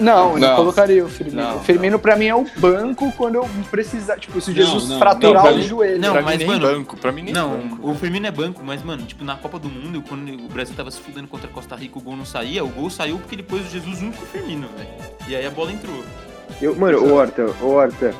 S5: Não, eu não
S6: Não.
S5: colocaria o Firmino.
S6: Não,
S5: o Firmino pra mim é o banco quando eu precisar. Tipo, se o
S1: Não,
S5: Jesus
S1: não,
S5: fraturar
S6: não,
S5: o
S6: pra mim-
S5: joelho.
S2: Não,
S6: pra
S2: mas,
S6: mim nem
S2: mano,
S6: banco, pra mim nem
S2: Não,
S6: banco.
S5: né?
S2: o Firmino é banco, mas, mano, tipo, na Copa do Mundo, quando o Brasil tava se fudendo contra a Costa Rica, o gol não saía, o gol saiu porque ele pôs o Jesus junto com o Firmino, velho. E aí a bola entrou.
S7: Eu, mano, ô Horta, ô Horta.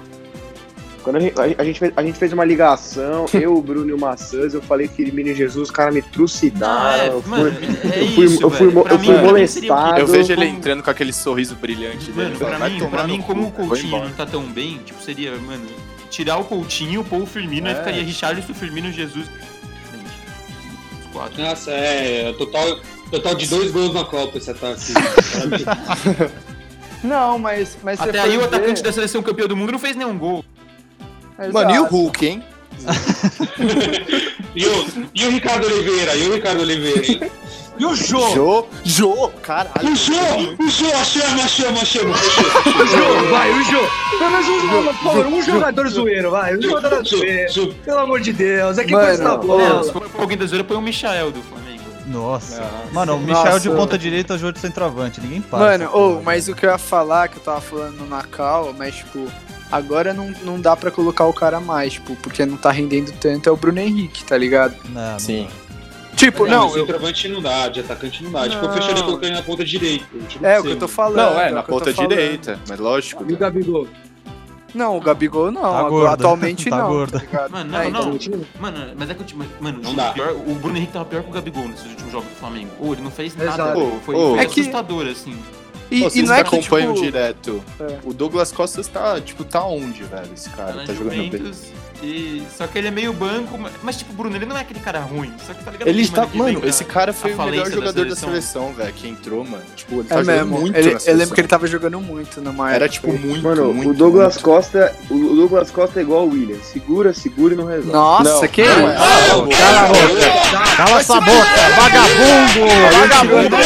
S7: Quando a gente, a, a gente fez, a gente fez uma ligação, eu, o Bruno e o Maçãs, eu falei Firmino e Jesus, os caras me trucidaram. eu
S3: Ah,
S7: fui-
S2: mano, é
S7: eu fui-
S2: isso,
S7: eu fui
S2: velho.
S7: mo-
S2: Pra
S7: eu
S2: mim,
S7: fui
S2: pra mim seria o quê?
S7: molestado.
S6: Eu vejo ele
S2: como-
S6: entrando com aquele sorriso brilhante dele.
S2: Mano,
S6: e fala,
S2: pra
S6: "Vai
S2: mim,
S6: tomar
S2: pra
S6: no
S2: mim
S6: cu,
S2: como o
S6: vou
S2: Coutinho
S6: embora."
S2: não tá tão bem, tipo, seria, mano, tirar o Coutinho, pôr o Firmino, aí
S6: É.
S2: ficaria Richarlison, Firmino, Jesus. Gente, os quatro.
S1: Nossa, é, total, total de dois gols na Copa esse ataque.
S5: Não, mas, mas você
S2: Até
S5: for
S2: aí o
S5: ver-
S2: atacante da seleção campeã do mundo não fez nenhum gol.
S6: Mano, e o
S5: Exato.
S6: Hulk, hein?
S1: e, o, e o Ricardo Oliveira, e o Ricardo Oliveira, hein?
S3: E o Jô?
S6: Jô, Jô, caralho.
S1: O Jô, o Jô, chama, chama, chama.
S3: O Jô, vai, o Jô. Pelo menos um, mano, por favor, um jogador zoeiro, vai. Um jogador zoeiro. Pelo amor de Deus, é que
S5: Mano,
S3: coisa da
S2: Não, se
S3: bola.
S2: for alguém da zoeira, põe o Michael do Flamengo.
S4: Nossa.
S6: Nossa.
S4: Mano, o
S5: Nossa.
S4: Michel de ponta direita, Jô de centroavante. Ninguém passa.
S5: Mano,
S4: pô.
S5: ô, mas o que eu ia falar, que eu tava falando no Macau, mas tipo, agora não, não dá pra colocar o cara mais, tipo, porque não tá rendendo tanto, é o Bruno Henrique, tá ligado?
S4: Não, não
S6: Sim.
S5: Tipo,
S1: Não,
S5: não,
S1: de
S5: eu-
S1: centroavante não dá, de atacante não dá. Tipo, eu
S5: Não.
S1: fecharia colocando ele na ponta direita. Tipo,
S5: é
S1: não
S5: o que eu
S1: sei.
S5: tô falando.
S6: Não,
S5: é
S6: é,
S5: o
S6: na
S5: que eu tô
S6: ponta
S5: falando.
S6: direita. Mas lógico.
S3: E o Gabigol?
S5: Não, o Gabigol não,
S4: Tá
S5: agora-
S4: gordo.
S5: atualmente
S4: Tá
S5: não,
S4: gordo.
S5: tá ligado?
S2: Mano, não,
S5: É,
S2: não.
S5: então,
S2: Mano, mas é que eu te. Mano,
S1: Não
S2: juro,
S1: dá.
S2: pior- o Bruno Henrique tava pior que o Gabigol nesses últimos jogos do Flamengo. Ou ele não fez nada.
S3: Exato.
S2: velho. Foi,
S6: Ô, ô.
S2: foi
S5: É que-
S2: assustador, assim.
S5: E,
S6: Pô,
S5: e
S6: vocês
S5: não é que, tipo,
S6: acompanham direto.
S5: é.
S6: O Douglas Costa tá, tipo, tá onde, velho? Esse cara
S2: na
S6: tá jogando bem.
S2: Juventus, E... Só que ele é meio banco, mas, mas, tipo, o Bruno, ele não é aquele cara ruim. Só que tá ligado?
S6: Ele
S2: que,
S6: está.
S2: ele vem
S6: Mano,
S2: pra-
S6: esse cara foi
S2: a
S6: o melhor
S2: falência da
S6: jogador da
S2: seleção.
S6: seleção, velho, que entrou, mano. Tipo, ele tá
S5: É
S6: jogando
S5: mesmo,
S6: muito.
S5: ele-
S6: na
S5: eu
S6: seleção.
S5: lembro que ele tava jogando muito numa
S6: Era,
S5: época.
S6: tipo, muito.
S7: Mano,
S3: é
S6: muito,
S7: o Douglas
S6: muito.
S7: Costa. O o Douglas Costa é igual o William. Segura, segura e não resolve.
S5: Nossa,
S6: Não,
S5: que
S6: não é.
S5: Cala a boca.
S4: Cala essa boca, vagabundo! Vagabundo!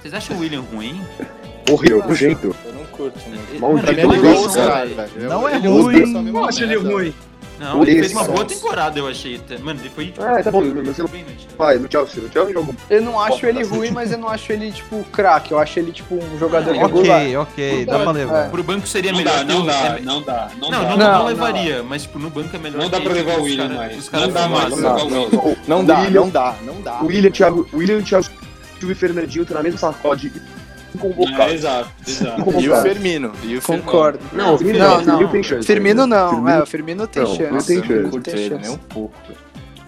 S2: Vocês acham o William ruim?
S7: Horrível, nojento.
S6: Eu não curto, mano.
S2: Ele-
S7: Bom,
S2: mano,
S6: Pra mim
S2: ele
S6: é
S2: não
S7: Douglas
S6: legal
S2: jogou,
S6: os
S7: Costa,
S2: cara.
S6: caras, velho.
S4: Não é
S6: Eu- eu
S4: ruim.
S6: gosto da mesma
S3: Eu acho ele
S6: merda.
S3: ruim.
S2: Não, ele fez
S7: Isso.
S2: uma boa temporada, eu achei. até. Mano, ele foi. Tipo,
S7: Ah, tá bom, mas eu-
S2: bem, né, tipo,
S7: Vai, no Chelsea, no Chelsea jogou.
S5: Eu não acho ele
S6: assim.
S5: ruim, mas eu não acho ele, tipo, craque. Eu acho ele, tipo, um jogador
S2: Não,
S5: regular.
S4: Ok, ok, dá pra levar.
S2: Pro banco seria
S1: Não dá,
S2: melhor.
S1: não
S2: ter-
S1: dá,
S2: é-
S1: não dá,
S2: Não,
S1: não
S2: não,
S1: dá.
S2: não,
S5: Não, não
S2: levaria, mas tipo, no banco é melhor.
S1: Não dá
S2: ter,
S1: pra levar
S2: tipo,
S1: o
S2: os
S1: William
S2: cara-
S1: mais.
S2: Os caras
S1: Não dá
S2: são
S1: mais,
S2: massa.
S1: não dá.
S6: Não dá,
S7: William-
S6: não dá, não dá.
S7: O William, Thiago, o William, Thiago Silva e Fernandinho estão na mesma sacode.
S1: É,
S7: Convocado.
S1: exato, exato.
S6: E o
S7: Convocado.
S6: Firmino. E o Firmino.
S5: Concordo.
S7: Não, o Firmino
S5: Não,
S7: não, o Firmino
S5: não.
S7: tem chance.
S5: Firmino não,
S7: Firmino-
S5: é, o Firmino tem
S7: Não,
S5: chance.
S7: não tem
S6: Nossa, eu não
S7: chance.
S6: curto
S5: Tem
S6: ele
S5: chance.
S6: nem um pouco. velho.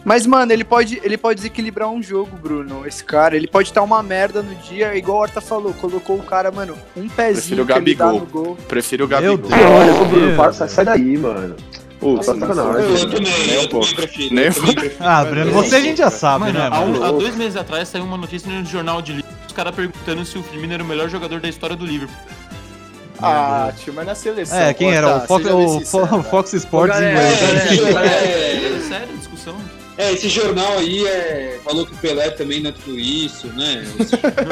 S5: Mas, mano, ele pode, ele pode desequilibrar um jogo, Bruno, esse cara. Ele pode estar uma merda no dia, é igual o Horta falou, colocou o cara, mano, um pezinho
S6: Prefiro o
S5: que ele dá
S6: Gabigol.
S5: no gol.
S6: Prefiro o
S4: Meu
S6: Gabigol.
S4: Deus.
S7: Ah, olha, ô Bruno,
S4: Meu
S7: para,
S4: Deus.
S7: sai, sai daí, mano. Ô, tá
S5: Nossa,
S1: Eu,
S7: sacanagem.
S1: eu também, eu também prefiro. eu
S6: é um Nem-
S1: também prefiro.
S4: Ah, Breno, você a gente já sabe,
S2: Mano,
S4: né,
S2: há,
S4: mano?
S2: um- há dois meses atrás saiu uma notícia no jornal de Liverpool, os caras perguntando se o Firmino era o melhor jogador da história do Liverpool.
S6: Ah, tio, mas na seleção.
S4: É, quem era? O
S6: tá,
S4: Fox,
S6: seja bem
S4: o
S6: sincero,
S4: Fo-
S6: velho.
S4: Fox Sports
S3: galera,
S4: inglês. né?
S1: É, é, é,
S2: É sério, discussão.
S1: É, esse jornal aí é, falou que o Pelé também não é tudo isso, né?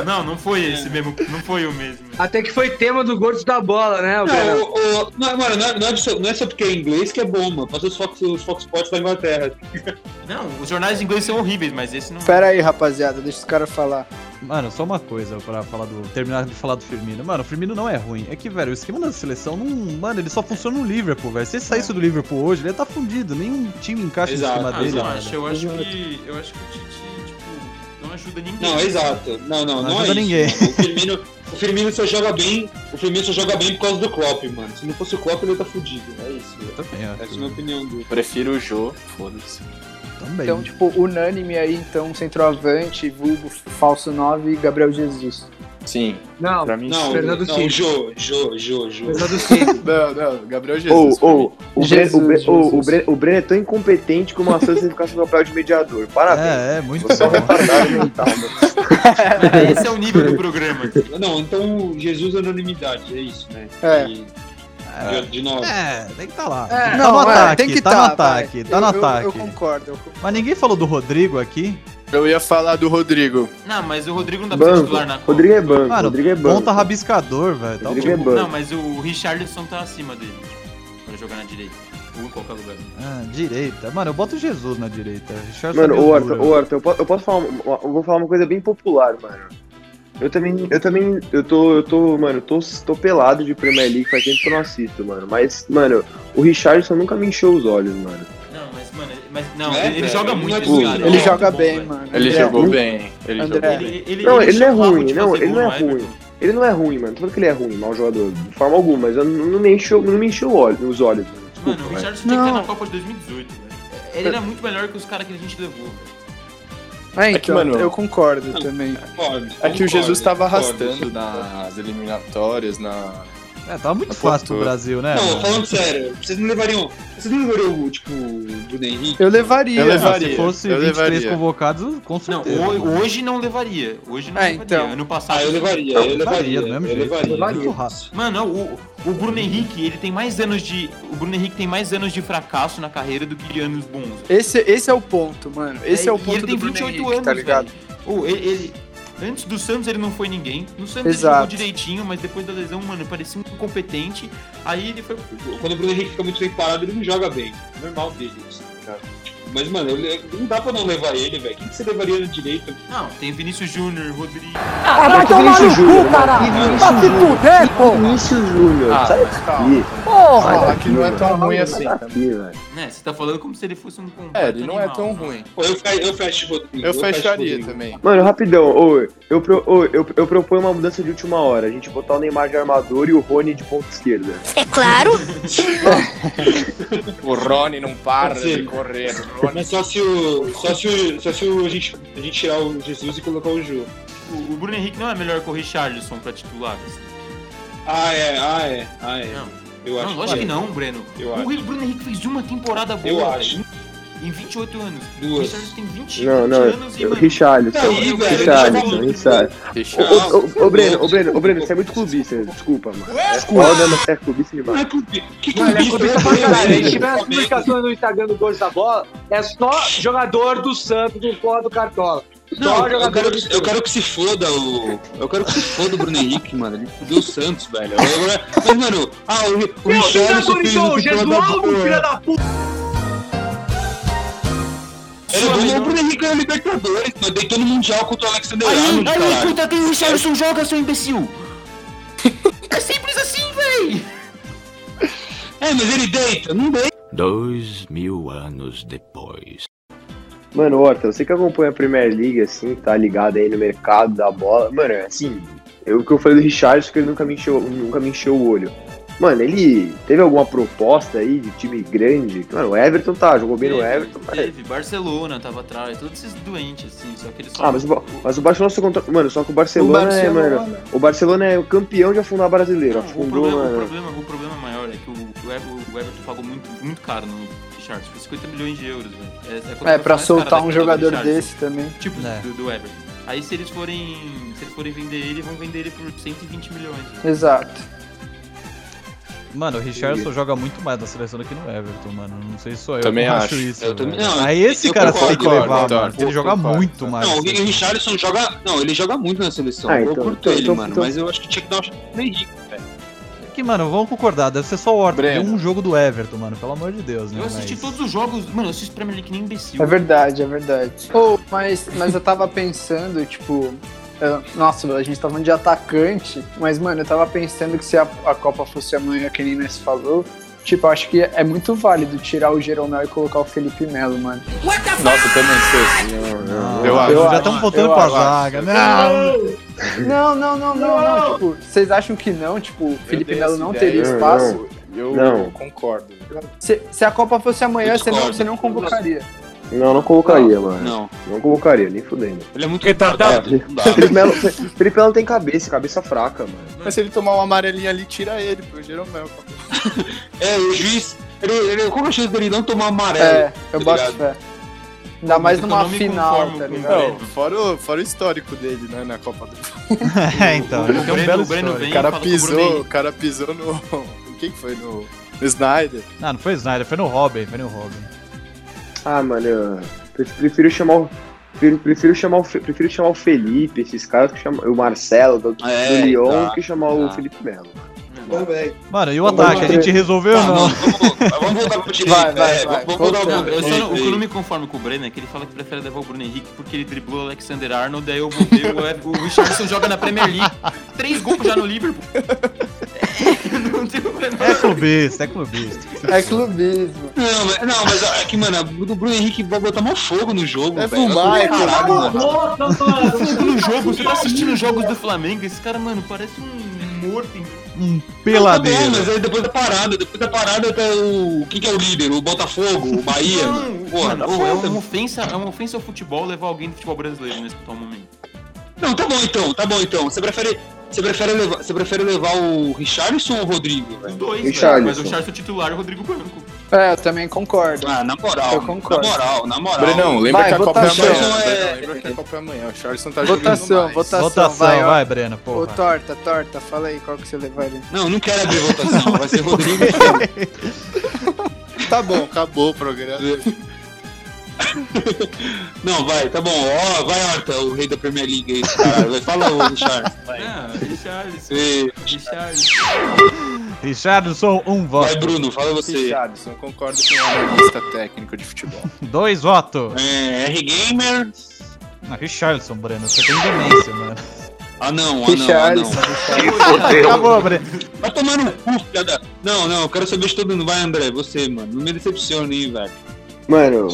S2: Não, não foi esse mesmo, não foi o mesmo.
S3: Até que foi tema do Gordo da Bola, né, o
S1: Não,
S3: Breno?
S1: o- o- não, mano, não é, não é só, não é só porque é inglês que é bom, mano. Passa os Fox, os Fox Sports da Inglaterra.
S2: Não, os jornais ingleses são horríveis, mas esse
S1: Ah,
S2: não.
S5: Pera aí, rapaziada, deixa os caras falar.
S4: Mano, só uma coisa pra falar do. Terminar de falar do Firmino. Mano, o Firmino não é ruim. É que, velho, o esquema da seleção não. Mano, ele só funciona no Liverpool, velho. Se ele
S7: É.
S4: saísse do Liverpool hoje, ele ia tá fundido. Nenhum time encaixa
S1: Exato.
S4: no
S2: Ah,
S4: esquema dele.
S2: não
S4: velho.
S2: acho, eu acho que. Eu acho que o Tite, tipo, não ajuda ninguém.
S1: Não, é exato. Não, não,
S4: Não
S1: não, é isso.
S4: ajuda ninguém.
S1: mano. O Firmino, o Firmino só joga bem. O Firmino só joga bem por causa do Klopp, mano. Se não fosse o Klopp, ele tá fudido. É isso.
S4: Eu também, acho.
S1: Essa é a minha opinião dele.
S6: Prefiro o Jô. Foda-se.
S4: Também.
S7: um
S5: Então,
S7: tipo
S5: tipo, unânime aí, então, centroavante, vulgo, falso 9 e Gabriel Jesus.
S6: Sim,
S3: Não,
S6: pra mim
S1: Não,
S6: sim.
S1: Fernando
S3: Fernando
S1: não
S3: Cid.
S1: Jô, Jô, Jô, Jô.
S3: Fernando Cid.
S6: Não, não, Gabriel
S7: Ou,
S6: Jesus. pra
S7: ou, o Breno- o
S5: Jesus,
S7: Breno- ou, o
S5: Jesus.
S7: Breno- o Breno é tão incompetente como a Santos ficar no papel de mediador. Parabéns.
S4: É, é, muito
S7: Você é um
S4: bom.
S7: retardado mental, meu.
S2: Esse é o nível do programa.
S1: Não, então Jesus é unanimidade, é isso, né?
S5: É.
S1: E- de, de nós.
S4: É, tem que tá lá.
S5: É,
S4: tá
S5: não,
S4: no
S5: é,
S4: ataque,
S5: tem que
S4: tá, no
S5: tá, vai.
S4: ataque, tá no
S5: Eu- eu-
S4: ataque.
S5: Eu, concordo, eu concordo.
S4: Mas ninguém falou do Rodrigo aqui.
S6: mim. Eu ia falar do Rodrigo.
S2: Não, mas o Rodrigo não dá pra ser
S7: Banco.
S2: titular na Copa.
S7: Rodrigo é banco.
S4: Mano,
S7: Rodrigo é
S4: Ponta
S7: banco.
S4: rabiscador, velho. Tá
S7: Rodrigo é
S4: bom.
S7: banco.
S2: Não, mas o Richarlison tá acima dele. tipo, Pra jogar na direita. Ou em qualquer lugar.
S4: Ah, direita. Mano, eu boto o Jesus na direita. Richarlison é
S7: Mano,
S4: meio
S7: ô Arthur,
S4: duro.
S7: ô Arthur, eu po- eu posso falar, uma- uma- eu vou falar uma coisa bem popular, mano. Eu também, eu também, eu tô, eu tô, mano, eu tô, tô pelado de Premier League, faz tempo que eu não assisto, mano. Mas, mano, o Richardson nunca me encheu os olhos, mano.
S2: Não, mas, mano, ele- mas, não,
S1: É,
S2: ele, ele
S1: velho,
S2: joga
S1: ele
S2: muito.
S1: não é
S2: esse
S7: burro.
S2: cara,
S5: Ele
S2: é
S5: joga
S2: muito bom,
S5: bem,
S2: velho.
S5: mano.
S6: Ele
S5: André,
S6: jogou
S7: Hum?
S6: bem. Ele
S5: André.
S6: jogou bem.
S2: Ele, ele,
S7: Não, ele não é
S2: chocava
S7: ruim,
S2: de
S7: não,
S2: fazer
S7: ele
S2: gol
S7: não
S2: no
S7: é
S2: Everton.
S7: Ele não é ruim, mano. Tô falando que ele é ruim, mau jogador, de forma alguma, mas eu não não me encheu, não me encheu o óleo- os olhos, mano. Desculpa,
S2: Mano, o
S7: velho.
S2: Richardson tinha que estar
S5: Não.
S2: na Copa de 2018, velho. Ele era muito melhor que os caras que a gente levou, velho.
S5: É,
S6: É que,
S5: então,
S6: mano,
S5: eu concordo também.
S1: Concordo,
S6: É que
S1: concordo,
S6: o Jesus tava
S1: concordo.
S6: arrastando nas eliminatórias, na.
S4: É, tava muito
S6: Tá
S4: fácil pro
S6: pontuando.
S4: Brasil, né?
S1: Não,
S4: mano?
S1: falando sério, vocês não levariam. Vocês não levariam, tipo, o Bruno Henrique?
S5: Eu levaria.
S6: Eu
S4: Ah,
S6: levaria.
S4: se fosse
S6: eu
S4: 23
S6: levaria.
S4: convocados, com
S2: Não,
S4: certeza.
S2: ho- hoje não levaria. Hoje não
S5: É,
S2: levaria.
S5: então.
S2: Ano passado.
S1: Ah, eu levaria, eu levaria. né,
S4: levaria, do mesmo
S1: eu
S4: jeito.
S1: levaria.
S4: Levaria. Muito rápido.
S2: Mano, o, o Bruno Henrique, ele tem mais anos de. O Bruno Henrique tem mais anos de fracasso na carreira do que de anos bons.
S5: Esse, esse é o ponto, mano. Esse é, o
S2: e
S5: ponto
S2: ele tem
S5: do Bruno
S2: 28
S5: Henrique,
S2: anos,
S5: tá ligado?
S2: velho. Ou ele, ele- antes do Santos ele não foi ninguém. No Santos
S5: Exato.
S2: ele jogou direitinho, mas depois da lesão, mano, ele parecia um incompetente. Aí ele foi.
S1: Quando o Bruno Henrique fica muito bem parado, ele não joga bem. Normal dele, isso, cara. Tipo, Mas, mano, eu le- não dá pra não levar ele, velho. Quem que você levaria na direita?
S2: Não, tem Vinícius Júnior, Rodrigo.
S8: Ah, vai tomar no cu, caralho. Pra se fuder, pô.
S7: Vinícius Júnior,
S6: Ah,
S7: sai
S6: mas calma.
S7: daqui.
S8: Porra.
S6: Falar que não é tão ruim assim.
S7: Sai daqui, velho.
S2: Né, você tá falando como se ele fosse um completo
S6: É, ele não é
S2: animal,
S6: tão
S2: né?
S6: ruim.
S1: Pô, Eu, fe- eu fecho o Rodrigo.
S6: Eu
S1: fecho o
S6: fecharia
S1: Rodrigo.
S6: também.
S7: Mano, rapidão, ô, eu, pro- ô, eu, eu proponho uma mudança de última hora. A gente botar o Neymar de armador e o Rony de ponta esquerda.
S8: É claro.
S6: O Rony não para
S1: Sim.
S6: de correr. O Rony
S1: Mas só se o. Só se o. Só se o, a, gente, a gente tirar o Jesus e colocar o Ju.
S2: O, o Bruno Henrique não é melhor que o Richarlison pra titular. assim.
S1: Ah, é, ah, é, ah, é.
S2: Não.
S1: Eu acho
S2: não, lógico
S1: é.
S2: que não, Breno.
S1: Eu
S2: o
S1: acho.
S2: Rio- Bruno Henrique fez uma temporada boa.
S1: Eu
S2: velho,
S1: acho.
S2: Em 28 anos. O
S1: Duas.
S2: Richarlison tem 20,
S7: Não,
S2: 20
S7: não,
S2: anos e,
S7: eu-
S2: mano,
S7: Richarlison,
S1: Tá aí, velho,
S7: Richarlison,
S1: ele
S7: Richarlison. Ô,
S6: fechado.
S7: ô, ô, ô, Breno, ô, Breno, ô, Breno, você é muito clubista, desculpa, mano. É foda, mas você é clubista
S1: Não
S7: demais.
S1: é clube. tá Que
S3: Mano, é
S1: clubista
S3: clubista pra
S1: foi
S3: caralho. Se
S1: esse?
S7: é
S3: tiver as
S1: Flamengo.
S3: publicações no Instagram do Dois da Bola, é só jogador do Santos, do Fora do Cartola. Só
S1: Não, eu
S3: jogador
S1: quero,
S3: do
S1: que, eu
S3: Santos.
S1: quero que se foda o. Eu quero que se foda o Bruno Henrique, mano. Ele deu o Santos, velho. Agora- Mas, mano, ah, o, o
S3: Meu, você já
S1: Richarlison fez
S3: autorizou
S1: uma
S3: o Jesus
S1: temporada
S3: Alves,
S1: boa.
S3: filha da puta?
S1: Ele ganhou o Bruno Henrique na Libertadores, mano. Deitou no Mundial contra o Alexander Arnold, caralho.
S2: quem o Richardson joga, seu imbecil! é simples assim, véi!
S1: É, mas ele deita, não deita.
S10: Dois mil anos depois.
S7: Mano, Horta, você que acompanha a Premier League, assim, tá ligado aí no mercado da bola. Mano, assim, eu, o que eu falei do Richardson, que ele nunca me, encheu, nunca me encheu o olho. Mano, ele teve alguma proposta aí de time grande? Mano, o Everton tá, jogou bem no Everton, mas...
S2: Teve, Barcelona tava atrás, todos esses doentes, assim, só que eles só...
S7: Ah, mas o, Ba- mas o Barcelona só contra... Mano, só que o
S2: um
S7: Barcelona, é, mano. O Barcelona é o campeão de afundar brasileiro.
S2: Não, o,
S7: afundou,
S2: problema, o,
S7: mano.
S2: problema, o problema maior é que o, o Ever- o Everton pagou muito, muito caro no Richardson, foi 50 milhões de euros, velho. É, a
S5: É,
S2: contratação
S5: pra
S2: mais cara da
S5: soltar
S2: história
S5: um
S2: do
S5: jogador
S2: Richarlison.
S5: desse também.
S2: Tipo,
S4: É.
S2: do, do Everton. Aí se eles forem. Se eles forem vender ele, vão vender ele por 120 milhões. velho.
S5: Exato.
S4: Mano, o Richardson joga muito mais na seleção do que no Everton, mano. Não sei se sou eu
S6: Também
S4: que
S6: acho.
S4: isso.
S1: Eu também-
S4: velho.
S1: não,
S4: Aí esse
S1: eu
S4: cara
S1: concordo,
S4: tem que levar,
S6: concordo,
S4: mano. porque Ele joga
S6: concordo.
S4: muito mais.
S1: Não, o Richarlison joga. Não, ele joga muito na seleção.
S7: Ah,
S1: eu
S7: então,
S1: curto
S7: então,
S1: ele,
S7: então,
S1: mano.
S7: então.
S1: Mas eu acho que tinha que dar um chute no Henrique.
S4: Que, mano, vamos concordar, deve ser só o Horta. Deu
S6: Breno.
S4: um jogo do Everton, mano, pelo amor de Deus, né?
S2: Eu assisti
S4: mas-
S2: todos os jogos. Mano, eu assisto Premier League que nem imbecil.
S5: É verdade, é verdade. Ô, mas, mas eu tava pensando, tipo. eu- nossa, a gente tava falando de atacante, mas, mano, eu tava pensando que se a, a Copa fosse amanhã, que nem nós falou, tipo, eu acho que é muito válido tirar o Jeromel e colocar o Felipe Melo, mano.
S6: Nossa, eu também sei.
S4: Não,
S6: Eu acho.
S4: Ah, já estamos voltando
S5: Eu
S4: pra
S5: acho.
S4: zaga. né? Não,
S5: Não, não, não, não, não. Tipo, vocês acham que não? Tipo, o Felipe
S6: dei
S5: Melo
S6: essa
S5: não
S6: ideia.
S5: teria
S7: Não,
S5: espaço?
S6: Eu
S7: Não.
S6: concordo.
S5: Se, se a Copa fosse amanhã,
S1: Eu
S5: você não,
S1: discordo.
S5: você não convocaria.
S7: Não, não colocaria, mano.
S1: Não.
S7: Não colocaria, nem fudendo.
S1: Ele é muito
S7: retardado.
S1: Não dá.
S7: Felipe Melo- Felipe Melo tem cabeça, cabeça fraca, mano.
S6: Mas se ele tomar uma amarelinha ali, tira ele pro Jeromel.
S1: É, o juiz. Ele, ele, qual é a chance dele não tomar amarelo?
S5: É, eu
S1: Tá
S5: boto
S1: ligado?
S5: fé. Ainda mais
S6: eu
S5: numa
S6: não me
S5: final,
S6: conformo
S5: tá
S6: com
S5: ligado?
S6: Não, fora o, fora o histórico dele, né, na Copa do Mundo.
S4: é, então.
S2: O
S4: ele tem um
S2: Breno-
S4: belo
S2: o Breno
S4: histórico.
S2: vem-
S6: O cara
S2: falou que o Bruno
S6: pisou,
S2: Henrique.
S6: o cara pisou no. Quem foi? No, no Snyder.
S4: Não, não foi o Snyder, foi no Robin, foi no Robin.
S7: Ah, mano, eu pre- prefiro chamar o. Prefiro, prefiro chamar o, Fe- prefiro chamar o Felipe, esses caras que chamam. O Marcelo, do, do
S1: É,
S7: Lyon,
S1: tá.
S7: que chamar o
S1: Tá.
S7: Felipe Melo.
S4: Mano, e o ataque? A gente resolveu ou
S1: Ah,
S4: não?
S1: mano, vamos, vamos voltar pro direito.
S5: Vai, vai,
S1: é,
S5: vai.
S1: Vamos voltar pro
S2: Eu só não, o que eu não
S1: direito.
S2: me conformo com o Breno é que ele fala que prefere levar o Bruno Henrique porque ele driblou o Alexander Arnold, aí eu vou ver o, F- o Richardson joga na Premier League. Três gols já no Liverpool. É, não tem problema.
S4: É clubista, é clubista.
S5: É clubismo.
S1: Não, mas, não, mas é que, mano, o do Bruno Henrique vai botar mó fogo no jogo.
S6: É
S1: velho.
S6: fumar, é
S1: Caralho,
S6: caralho.
S1: mano.
S3: Nossa, mano.
S2: No jogo, você tá assistindo os jogos do Flamengo, esse cara, mano, parece um morto. Hein?
S4: Um
S1: Tá bom,
S4: peladeiro.
S1: mas aí depois da parada, depois da parada tá o. Quem que é o líder? O Botafogo? O Bahia?
S2: Não,
S1: mano? Porra,
S2: mano,
S1: ô,
S2: pô, é,
S1: eu-
S2: uma ofensa, é uma ofensa ao futebol levar alguém do futebol brasileiro nesse tal momento.
S1: Não, tá bom então, tá bom então. Você prefere. Você prefere levar, você prefere levar o Richarlison ou o Rodrigo?
S2: Os
S1: velho?
S2: dois,
S7: Richarlison.
S2: velho, mas o Richardson titular e o Rodrigo Branco.
S5: É, eu também concordo.
S1: Ah, na moral.
S5: Eu concordo.
S1: Na moral, na moral.
S6: Brenão, lembra
S5: Vai,
S6: que a Copa é
S5: votação.
S6: amanhã.
S1: É.
S6: Brenão, lembra que a Copa é amanhã. O Charleston tá jogando
S5: Votação,
S6: mais.
S5: votação,
S4: Votação,
S5: vai,
S4: vai,
S5: ó.
S4: Breno, porra.
S5: Ô, torta, torta, fala aí qual que você levaria.
S1: Não, não quero abrir votação. Vai ser Rodrigo.
S6: Tá bom, acabou o programa.
S1: não, vai, tá bom. Ó, vai, Horta, o rei da Premier League aí, esse cara. Vai, fala o Richarlison. Vai.
S2: Ah, Richarlison,
S1: Você-
S2: Richarlison.
S4: Richardson, um
S1: vai,
S4: voto.
S1: Bruno, fala você.
S6: Richardson, concordo com o analista técnico de futebol.
S4: Dois votos.
S1: É, R-Gamer.
S4: Ah, Richardson, Breno, você tem demência, mano.
S1: Ah, não, ah, não, ah,
S5: Richarlison.
S1: não.
S4: Acabou, Breno.
S1: Vai tomar no cu, filha da- Não, não, eu quero saber de todo mundo. Vai, André, você, mano. Não me decepciona, hein, velho.
S7: Mano,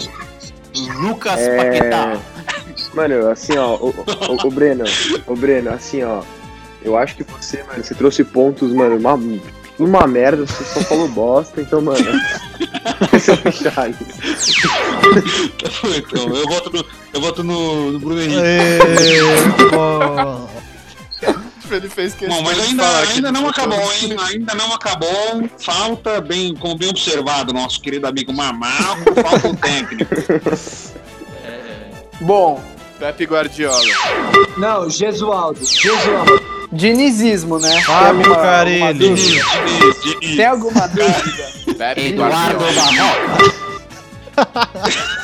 S2: Lucas
S7: É.
S2: Paquetá.
S7: Mano, assim, ó, o, o- o Breno, o Breno, assim, ó, eu acho que você, mano, você trouxe pontos, mano, uma, uma merda, você só falou bosta, então, mano. Esse é o Charles.
S1: Então, eu voto no, eu voto no, no Bruno Henrique.
S4: Ê, pô.
S6: Ele fez
S4: É,
S6: questão
S1: Bom, mas
S6: de
S1: ainda,
S6: falar que
S1: ainda
S6: ele
S1: não
S6: votou no
S1: acabou, hein? Ainda não acabou. Falta, bem, como bem observado, nosso querido amigo Mamarro, falta o técnico.
S5: Bom,
S6: Pepe Guardiola.
S3: Não, Jesualdo. Jesualdo.
S5: dinizismo, né?
S4: Fábio
S5: Tem alguma-
S4: Carille.
S5: alguma dúvida?
S1: Diniz, Diniz, Diniz.
S5: Tem alguma dúvida?
S6: Pepe
S2: Eduardo Barroca.
S1: Dorival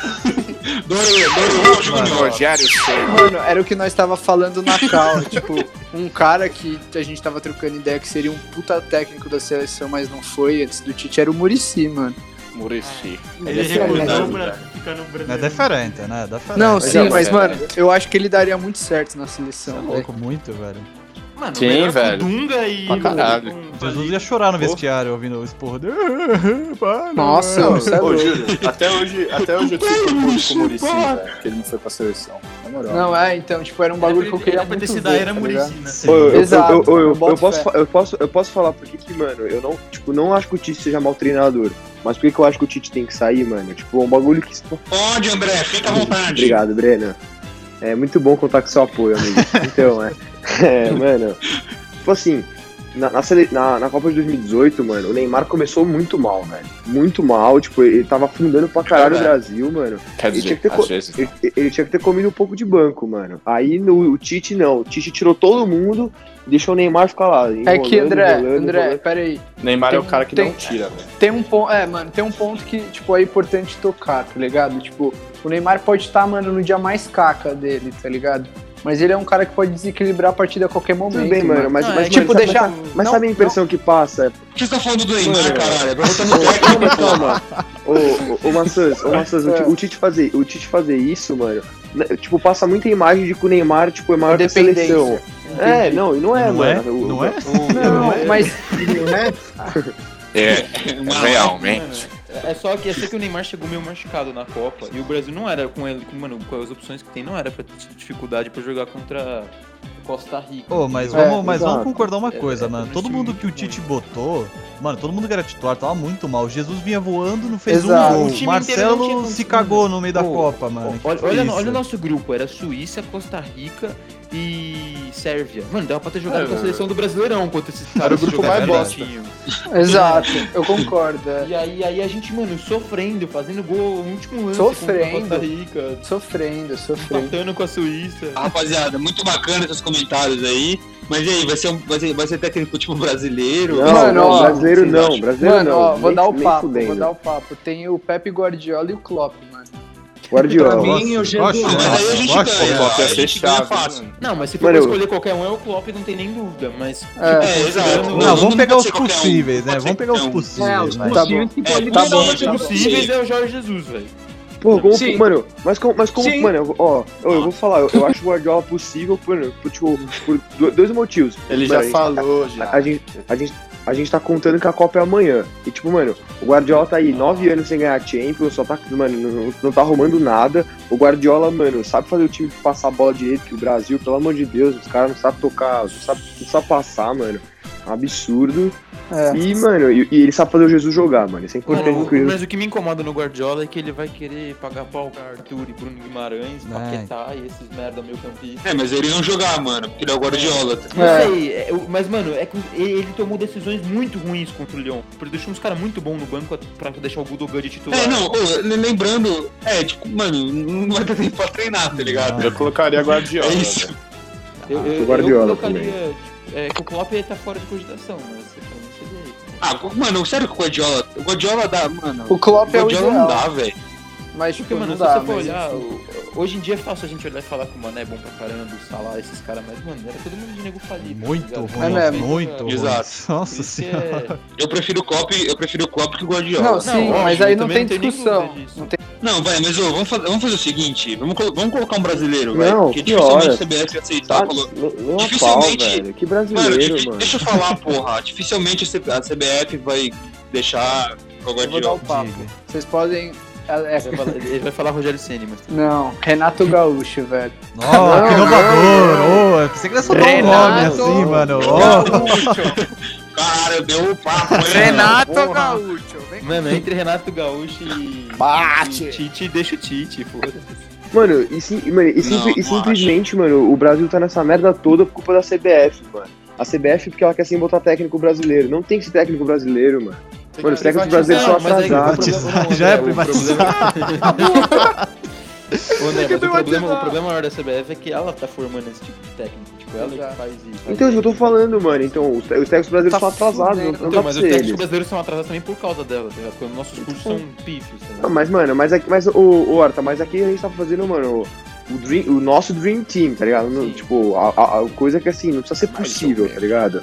S1: Dorival
S6: Júnior.
S1: Júnior.
S6: Rogério Ceni.
S5: Mano, era o que nós tava falando na cal. tipo, um cara que a gente tava trocando ideia que seria um puta técnico da seleção, mas não foi antes do Tite, era o Murici, mano.
S6: Murici.
S2: Ele recusou pra ficar no
S4: É
S2: Brasil.
S4: diferente, né? É diferente.
S5: Não,
S6: mas
S5: sim,
S6: é,
S5: mas,
S6: mas é,
S5: mano,
S6: né?
S5: eu acho que ele daria muito certo na
S4: Você é
S5: seleção, velho.
S4: louco, muito, velho.
S2: Mano,
S6: Sim,
S2: melhor que o
S6: velho.
S2: Dunga e.
S6: Pra caralho.
S2: o-
S4: Jesus é ia chorar no
S6: Pô.
S4: vestiário ouvindo o esporro dele.
S5: Nossa,
S6: Ô,
S5: você é louco.
S6: Júlio, até hoje, até hoje eu fico puto com o Murici, velho, que ele não foi pra seleção. Na moral.
S5: Não, é, então, tipo, era um bagulho que eu queria
S2: Era pra ter
S5: muito
S2: sido a
S5: ver,
S2: era
S5: tá ligado?
S2: Murici, né?
S7: Ô, eu- eu-
S5: Exato,
S7: eu- eu- eu-
S5: eu boto
S7: eu posso
S5: fé.
S7: fa- eu posso- Eu posso falar por que, que, mano, eu não, tipo, não acho que o Tite seja mal treinador. Mas por que, que eu acho que o Tite tem que sair, mano? Tipo, é um bagulho que.
S1: Pode, André, fica à vontade.
S7: Obrigado, Breno. É muito bom contar com seu apoio, amigo. Então, é. é, mano. Tipo assim, na, na, sele- na- na Copa de 2018, mano, o Neymar começou muito mal, velho. Muito mal, tipo, ele tava afundando pra caralho
S6: É,
S7: o
S6: velho.
S7: Brasil, mano.
S6: Quer
S7: Ele tinha
S6: dizer,
S7: que ter co-
S6: às vezes.
S7: Ele, ele tinha que ter comido um pouco de banco, mano. Aí no, o Tite não. O Tite tirou todo mundo e deixou o Neymar ficar lá.
S5: É que,
S7: enrolando,
S5: André,
S7: enrolando,
S5: André,
S7: enrolando.
S5: peraí.
S6: Neymar é o
S5: Tem-
S6: cara que
S5: tem-
S6: não tira, velho.
S5: Tem um ponto, é, mano, tem um ponto que, tipo, é importante tocar, tá ligado? Tipo, o Neymar pode estar, mano, no dia mais caca dele, tá ligado? Mas ele é um cara que pode desequilibrar a partida a qualquer momento.
S7: Tudo bem, mano, mas,
S2: Não,
S7: mas
S2: é,
S5: tipo,
S7: mano, sabe-
S5: deixar-
S7: Mas, sabe a impressão que passa?
S1: Por que você tá falando do Neymar,
S7: Mano.
S1: caralho? É pra botar no
S7: Ô,
S1: técnico.
S7: Calma, calma. Ô, ô, ô Maçãs, ô Maçãs, o, Ti- o Tite fazer, o Tite fazer isso, mano, né, tipo, passa muita imagem de que o Neymar, tipo, é maior que a
S5: Dependência.
S7: seleção. É, não, e não é,
S4: Não é?
S7: mano. O-
S4: Não é?
S5: Não, mas
S7: né?
S6: É, realmente.
S2: Mano, é só que eu sei que o Neymar chegou meio machucado na Copa e o Brasil não era com ele, com, mano, com as opções que tem, não era pra ter dificuldade pra jogar contra Costa Rica.
S4: Ô, mas
S2: entendeu?
S4: vamos, mas vamos
S2: É, exato.
S4: concordar uma
S2: É,
S4: coisa,
S2: é,
S4: mano.
S2: eu
S4: Todo
S2: acho
S4: mundo que o Tite botou, mano, todo mundo que era titular tava muito mal. Jesus vinha voando, não fez
S5: Exato.
S4: um
S5: O
S4: gol.
S5: time
S4: O
S5: inteiro
S2: não tinha
S4: Marcelo se
S2: conseguido.
S4: cagou no meio da
S2: Pô,
S4: Copa, mano. Que
S2: Olha,
S4: que é
S2: olha,
S4: isso?
S2: olha o nosso grupo, era Suíça, Costa Rica e Sérvia. Mano, dava pra ter jogado
S6: É,
S2: com a seleção do Brasileirão contra esses caras.
S6: Era o grupo mais
S2: jogaram
S6: bosta.
S2: direitinho.
S5: Exato, eu concordo. é.
S2: E aí, aí a gente, mano, sofrendo, fazendo gol no último lance
S5: Sofrendo.
S2: contra a Costa Rica,
S5: Sofrendo, é sofrendo.
S2: empatando com a Suíça.
S1: Ah, Rapaziada, muito bacana esses comentários aí. Mas e aí, vai ser, um- vai ser, vai ser técnico tipo brasileiro?
S7: Não,
S5: Mano,
S7: não,
S5: ó,
S7: brasileiro
S1: vocês
S7: não,
S1: acham?
S7: brasileiro
S5: Mano,
S7: não.
S5: ó, vou
S7: nem-
S5: dar o
S7: nem
S5: papo,
S7: fudendo.
S5: vou dar o papo. Tem o Pepe Guardiola e o Klopp, mano.
S3: Pra
S7: Guardiola.
S3: mim, o Jesus.
S1: Mas aí a gente
S4: Nossa,
S1: ganha,
S6: Klopp ia
S1: a
S6: ser
S1: gente ganha
S6: chave,
S1: fácil.
S6: mano.
S2: Não, mas se for
S7: Mano,
S2: pra
S7: eu-
S2: escolher qualquer um, é o Klopp, não tem nem dúvida, mas...
S5: É,
S1: exato. Não,
S4: Não,
S1: não
S4: vamos
S1: pode
S4: pegar
S1: ser
S4: os
S1: qualquer um,
S4: possíveis, né?
S1: pode ser
S4: Vamos pegar os
S1: qualquer um.
S4: possíveis.
S3: É, os
S4: vai.
S5: tá bom.
S3: possíveis que
S1: É,
S3: pode
S1: tá
S3: virar
S1: bom,
S3: uma
S1: tá bom.
S2: possíveis
S1: Sim.
S2: é o Jorge Jesus, velho.
S7: Pô, como,
S3: Sim.
S7: mano, mas como, mas como
S3: Sim.
S7: mano, eu- ó, eu,
S5: Ah.
S7: eu vou falar, eu, eu acho o Guardiola possível por, por, tipo, por do- dois motivos. Mano,
S6: Ele já
S7: a gente-
S6: falou, já.
S7: A gente, a, gente, a gente tá contando que a Copa é amanhã. E, tipo, mano, o Guardiola tá aí nove anos sem ganhar Champions, só tá, mano, não, não tá arrumando nada. O Guardiola, mano, sabe fazer o time passar a bola direito, que o Brasil, pelo amor de Deus, os caras não sabem tocar, não sabem não sabe passar, mano. É um Absurdo.
S5: É.
S7: E, mano, e, e ele sabe fazer o Jesus jogar, mano. Isso é importante
S2: Mano,
S7: pro
S2: o-
S7: Jesus.
S2: mas o que me incomoda no Guardiola é que ele vai querer pagar pau pra Arthur e Bruno Guimarães, Paquetá e esses merda meio campista.
S1: É, mas ele não jogar, mano, porque ele é o Guardiola.
S2: Não
S5: É.
S2: sei, é, o- mas mano, é que ele, ele tomou decisões muito ruins contra o Lyon. Porque deixou uns caras muito bons no banco pra deixar o Gudogan de titular.
S1: É, não, ô, le- lembrando, é, tipo, mano, não vai ter tempo pra treinar, tá ligado?
S6: Eu colocaria Guardiola.
S1: É isso.
S6: velho.
S2: eu,
S7: o Guardiola
S2: tipo, é que o Klopp ele tá fora de cogitação, mas pra mim seria isso.
S1: Ah, co- mano, sério que o Guardiola. O Guardiola dá, mano.
S5: O Klopp é o
S1: Guardiola não dá,
S5: ideal,
S1: velho.
S5: mas
S2: Porque,
S5: tipo,
S2: mano,
S5: não
S2: se
S5: dá.
S2: você for
S5: mas,
S2: olhar,
S5: enfim.
S2: o- hoje em dia é fácil a gente olhar e falar que o Mané é bom pra caramba, o Salah, esses caras, mas, mano, era todo mundo de nego falido. tá
S4: Muito
S2: ligado?
S4: ruim,
S5: É mesmo.
S4: muito ruim.
S1: Exato.
S2: Por
S4: Nossa
S2: isso que
S4: senhora.
S2: é-
S1: Eu prefiro o Klopp, eu prefiro o Klopp que o Guardiola.
S5: Não, sim,
S2: óbvio,
S5: mas aí não
S2: também
S5: tem
S2: não tem nem
S5: discussão.
S2: dúvida disso.
S5: Não tem...
S1: Não, vai, mas ô, vamos, fazer, vamos fazer o seguinte, vamos, colo- vamos colocar um brasileiro, velho.
S7: Não,
S1: Porque
S7: que
S1: dificilmente
S7: hora.
S1: o CBF vai aceitar,
S7: Tá,
S1: falou.
S7: não, não a pau,
S1: Dificilmente-
S7: velho. Que
S1: Mano,
S7: brasileiro,
S1: difi-
S7: mano.
S1: deixa eu falar, porra. Dificilmente a C- a CBF vai deixar o
S5: Eu vou dar um
S1: Guardiola.
S5: o papo.
S4: Diga.
S5: Vocês podem. é, é-
S2: Ele vai falar- Ele vai falar Rogério Ceni, mas tudo
S5: Não, Renato Gaúcho, velho.
S4: Ó, que
S5: Não,
S4: inovador! Ô, eu pensei que era só dar um nome
S5: Renato.
S4: assim, mano. Ó,
S1: Cara, deu o papo, hein,
S5: Renato Gaúcho, vem
S2: bem. Mano, entre Renato Gaúcho e.
S5: Bate.
S2: e Tite, deixa o Tite, foda-se.
S7: Mano, e, sim, mano, e, sim-
S1: Não,
S7: e
S1: não
S7: simplesmente, mano, o Brasil tá nessa merda toda por culpa da CBF, mano. A CBF porque ela quer sem botar técnico brasileiro. Não tem que ser técnico brasileiro, mano. Mano, os técnicos brasileiros são
S2: Não, mas aí que tá o
S7: atrasados.
S2: problema-
S4: Privatizar,
S2: não,
S4: já é
S2: André, o
S4: privatizar.
S2: problema- Ô, André, mas o problema,
S5: privatizar.
S2: o problema maior da CBF é que ela tá formando esse tipo de técnico. Tipo, ela
S5: Exato.
S2: que faz isso.
S7: Então, isso que eu tô falando, mano. Então, os, te- os técnicos brasileiros
S5: Tá
S7: são atrasados.
S5: fudendo.
S7: Não, não
S2: Então,
S7: dá pra
S2: mas os
S7: ser
S2: técnicos
S7: eles.
S2: brasileiros são atrasados também por causa dela, tá ligado? Porque nossos cursos são pífios, tá
S7: Não,
S2: ligado?
S7: mas, mano, mas, aqui- mas o, o Horta, mas aqui a gente tá fazendo, mano, o, o dream- o nosso Dream Team, tá ligado? No-
S2: Sim.
S7: tipo, a, a- a coisa que assim, não precisa ser
S2: Mais
S7: possível,
S2: ou menos.
S7: tá ligado?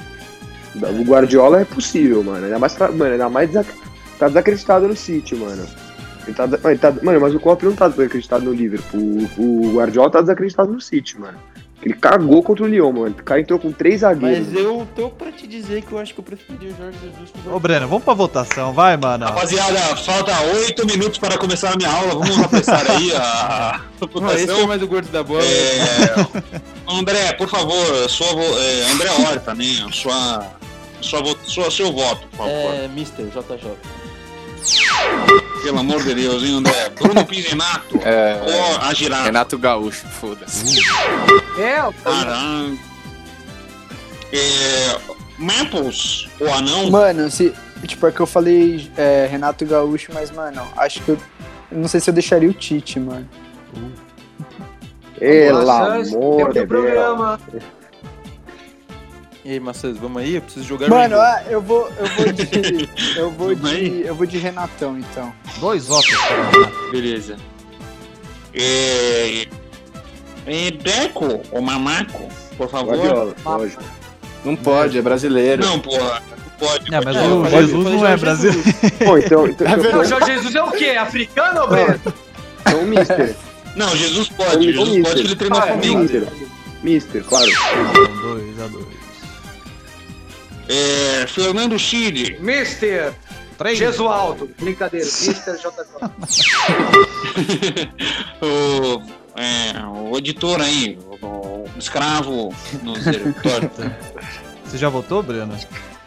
S7: O Guardiola é possível, mano. Ainda mais, pra- mano, ainda mais desac- tá desacreditado no City, mano. Ele tá, des- ele tá- mano, mas o Klopp não tá desacreditado no Liverpool. O, o Guardiola tá desacreditado no City, mano. Ele cagou contra o Lyon, mano. O cara entrou com três zagueiros.
S2: Mas eu tô pra te dizer que eu acho que eu preferiria o Jorge Jesus que o
S4: Ô, Breno, vamos pra votação, vai, mano.
S1: Rapaziada, falta oito minutos para começar a minha aula. Vamos apressar aí a a
S2: Não, esse foi
S1: votação.
S2: mais o gordo da bola.
S1: É, André, por favor, sua, vo- é, André Horta, né? Sua, sua, vo- sua, seu voto, por favor.
S2: É, Mr. JJ.
S1: Pelo amor de Deus, hein, André? Bruno Pizinato
S6: É,
S1: ou a girafa?
S6: Renato Gaúcho, foda-se.
S5: Eu?
S1: Caramba. É, Maples ou anão?
S5: Mano, se. Tipo, é que eu falei é, Renato Gaúcho, mas, mano, acho que eu. Não sei se eu deixaria o Tite, mano.
S7: Pelo
S3: Nossa,
S7: amor
S3: tem
S7: de
S3: o
S7: Deus.
S3: programa.
S2: E aí, maçãs, vamos aí? Eu preciso jogar
S5: Mano,
S2: Rainbow.
S5: ah, eu vou. Eu vou de. Eu vou
S1: Tudo bem?
S5: de. Eu vou de Renatão, então.
S4: Dois votos pra Renato.
S1: Beleza. É, é Deco ou Mamaco, por favor?
S7: Guardiola, lógico.
S6: Não pode, é brasileiro.
S1: Não, porra, não pode.
S4: Não, mas
S2: É, eu
S4: o
S2: falei-
S4: Jesus
S2: eu falei
S4: não é
S2: Jorge Jesus.
S4: brasileiro.
S7: Bom, então,
S1: É
S7: então, então,
S3: Não, Jorge Jesus é o quê? Africano, Breno?
S7: então, mister.
S1: Não, Jesus pode,
S7: Ele-
S1: Jesus
S7: ele-
S1: pode, ele treinou
S3: Ah, é,
S1: comigo.
S7: Mister. Mister, claro.
S4: Um, dois, a dois.
S1: É, Fernando Chile,
S3: Mister
S4: Três.
S3: Jesualdo. Brincadeira. Mister JJ.
S1: o, é, o editor aí, o, o escravo no diretório.
S4: Você já votou, Breno?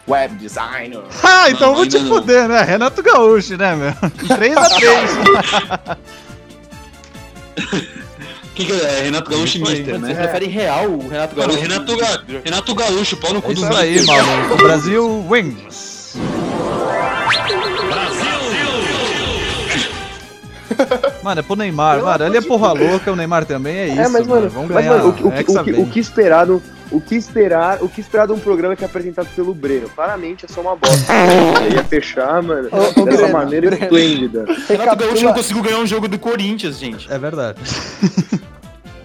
S6: Web designer.
S4: Ah,
S1: Não,
S4: então eu vou te
S1: ainda não.
S4: foder, né? Renato Gaúcho, né, meu? 3 a 3
S1: que, que é? Renato Gaúcho e Mister,
S2: Você
S1: né?
S2: prefere real o Renato
S1: Não,
S2: Gaúcho?
S1: Renato, Ga... Renato Gaúcho, pau no
S4: É
S1: cu do
S4: isso aí,
S1: Mister.
S4: maluco. Brasil wins. Mano, é pro Neymar, mano. Ele é porra louca, o Neymar também é isso.
S7: é, mas mano,
S4: vamos
S7: mas,
S4: ganhar. É
S7: mano o,
S1: É
S7: que- o, que-
S4: Hexa
S7: o que-
S4: vem.
S7: o que esperar do- o que esperar, o que esperar de um programa que é apresentado pelo Breno? Claramente é só uma bosta. Eu ia fechar, mano,
S5: Ô, ô,
S7: dessa
S5: Breno,
S7: maneira
S5: Breno.
S7: esplêndida.
S2: Renato Gaúcho não
S5: Recapitula,
S2: conseguiu ganhar um jogo do Corinthians, gente.
S4: É verdade.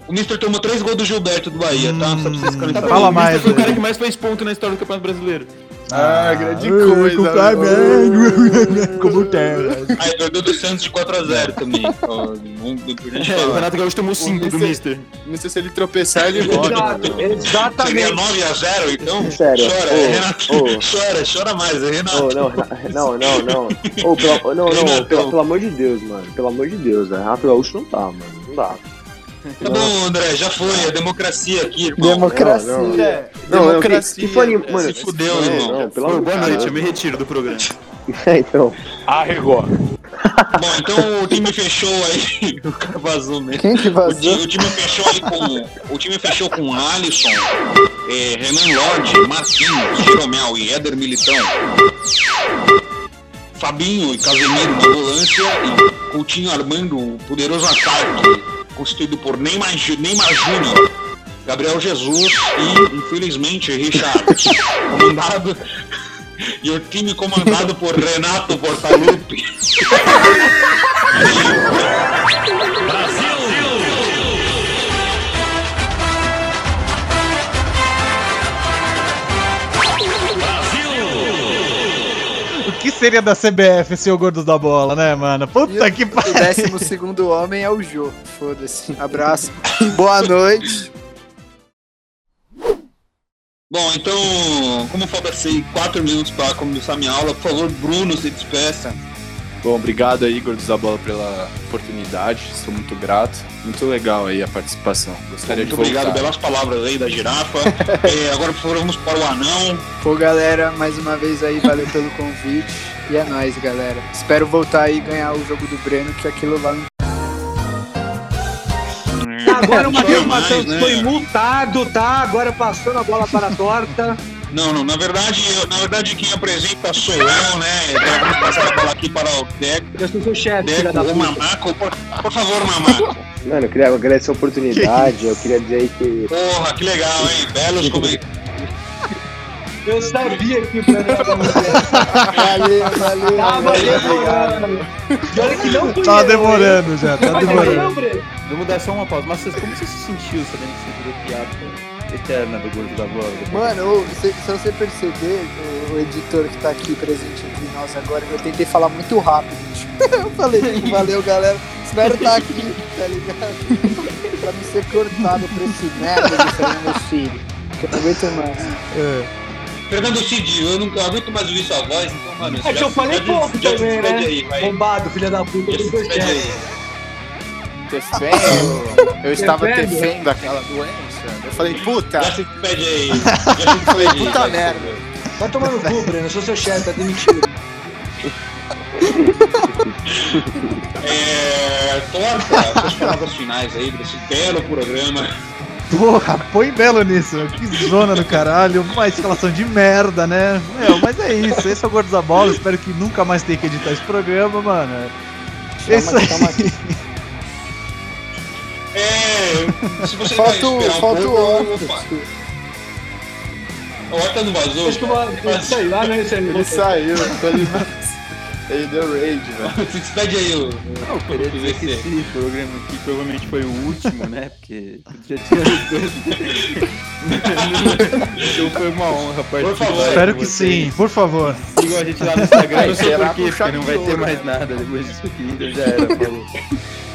S1: O Mister tomou três gols do Gilberto do Bahia, tá? Só pra vocês ficarem
S4: Hum,
S1: sabendo.
S4: Fala
S2: O Mister
S4: mais,
S2: Foi o cara
S4: Breno.
S2: que mais fez ponto na história do Campeonato Brasileiro.
S6: Ah, grande
S4: eu
S6: coisa,
S4: comprei
S6: mano.
S4: bem, né? Como terra.
S1: Aí perdeu do Santos de 4x0 também. Ó, não- não podia te
S2: É, o
S1: falar.
S2: Renato Gaúcho tomou 5 do Mister.
S6: Não sei se ele tropeçar, ele volta.
S3: Exato,
S1: Você ganha
S3: exatamente.
S1: 9x0, então?
S7: Sério,
S1: Chora,
S7: ô,
S1: Renato.
S7: ô.
S1: Chora, chora mais, é Renato.
S7: Ô, não, não, não, não. Ô, pelo, não, não, pelo, pelo amor de Deus, mano. Pelo amor de Deus, né? Renato Gaúcho não dá, mano. Não dá.
S1: Tá bom, André, já foi. É democracia aqui, irmão.
S5: democracia.
S7: Não, Não, não, que,
S6: é. Democracia.
S7: que foi,
S6: é,
S7: mano.
S6: se
S1: fudeu,
S7: não,
S1: irmão.
S7: Não, pelo amor de
S2: Boa
S7: Deus.
S2: noite, eu me retiro do programa.
S7: É, então.
S1: Bom, então o time fechou aí. O cara vazou mesmo.
S5: Quem que
S1: O ti-
S5: vazou?
S1: o time fechou aí com. O time fechou com Alisson, eh, Renan Lodge, Marquinhos, Jeromel e Éder Militão. Fabinho e Casemiro na volância e Coutinho armando o poderoso ataque, constituído por Neymar, Ju- Neymar Júnior, Gabriel Jesus e, infelizmente, Richard. Comandado. E o time comandado por Renato Portaluppi.
S4: O que seria da CBF se o gordo da bola, né, mano? Puta que
S5: O
S4: pariu.
S5: décimo segundo homem é o Jô. Foda-se. Abraço. Boa noite.
S1: Bom, então, como falta assim, quatro minutos para começar minha aula, por favor, Bruno, se despeça.
S6: Bom, obrigado aí, Gordos da Bola, pela oportunidade. Sou muito grato. Muito legal aí a participação. Gostaria
S1: Muito
S6: de voltar.
S1: obrigado pelas palavras aí da girafa. É, agora, por favor, vamos para o anão.
S5: Pô, galera, mais uma vez aí, valeu pelo convite. E é nóis, galera. Espero voltar aí e ganhar o jogo do Breno, que aquilo lá não
S3: Agora o Matheus
S1: Jamais,
S3: Matheus
S1: né?
S3: foi multado, tá? Agora passando a bola para a torta.
S1: Não, não, na verdade, eu- na verdade quem apresenta sou eu, né? Então, vamos passar a bola aqui para o Deco,
S3: Eu sou seu chefe, filha
S1: Deco
S3: da
S1: o
S3: puta.
S1: Mamaco. Por, por favor, Mamaco.
S7: Mano, eu queria agradecer a oportunidade. eu queria dizer aí que.
S1: Porra, que legal, hein? Belos comentários.
S3: Eu sabia que o Breno era bom.
S5: Valeu, valeu.
S3: Tava
S5: valeu,
S3: demorando. E olha que não foi
S4: Tá
S3: eu, hein?
S4: demorando já, tá
S3: Mas foi eu,
S4: demorando.
S3: Breno.
S2: Vamos dar só uma pausa. Mas vocês- como você se sentiu sabendo que você virou piada eterna do Gordo da Bola?
S5: Mano, ô, se, se você perceber, o, o editor que tá aqui presente entre nós agora, eu tentei falar muito rápido. tipo, Eu falei, tipo, valeu galera, espero estar aqui, tá ligado? pra não ser cortado por esse merda de Fernando Filho. Que eu não aguento mais.
S1: Fernando Cid, eu nunca aguento mais ouvir sua voz, então, mano.
S3: É que eu falei pouco
S1: já se
S3: também,
S1: despede
S3: né?
S1: Aí, vai.
S3: Bombado, filha da puta.
S1: Já
S3: Eu
S1: se
S3: sou seu
S1: despede
S3: chefe.
S1: aí.
S6: Tefendo. Eu estava
S3: Tefendo?
S6: tefendo aquela doença. Eu falei, puta,
S1: Já se despede aí. Já se despede aí.
S5: Puta
S1: vai,
S5: merda.
S1: seu Deus.
S3: Vai tomar no cu, Breno. Eu sou seu chefe, tá demitido.
S1: É, torta, suas palavras finais aí desse belo programa.
S4: Porra, põe belo nisso. meu. Que zona do caralho. Uma escalação de merda, né? Meu, mas é isso. Esse é o Gordos da Bola. Espero que nunca mais tenha que editar esse programa, mano. É isso aí.
S1: É, se você vai
S5: Falta o-
S1: esperar um
S5: falta o
S1: pouco, eu vou
S5: outro.
S1: fa- o Horta não vazou.
S3: Acho que eu vou sair lá, né? Esse
S6: ele saiu. então ele- Ele deu rage, velho.
S1: Se despede aí, o.
S2: Eu queria dizer que esse programa aqui provavelmente foi o último, né? Porque podia ter os dois. então foi uma honra
S1: Por
S2: participar.
S1: favor.
S4: Espero
S2: com
S4: que
S2: vocês.
S4: sim, por favor.
S2: Sigam a gente lá no Instagram, não sei
S6: Será
S2: porquê,
S6: com
S2: porque
S6: chave
S2: não
S6: de
S2: vai ter
S6: ouro,
S2: mais nada depois disso aqui. Então já era, falou.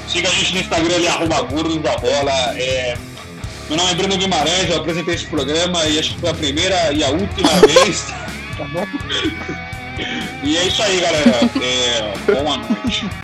S1: Siga a gente no Instagram ali, arroba gordo da bola. É, meu nome é Bruno Guimarães, eu apresentei esse programa e acho que foi a primeira e a última vez. Tá bom? E é isso aí, galera. É, boa noite.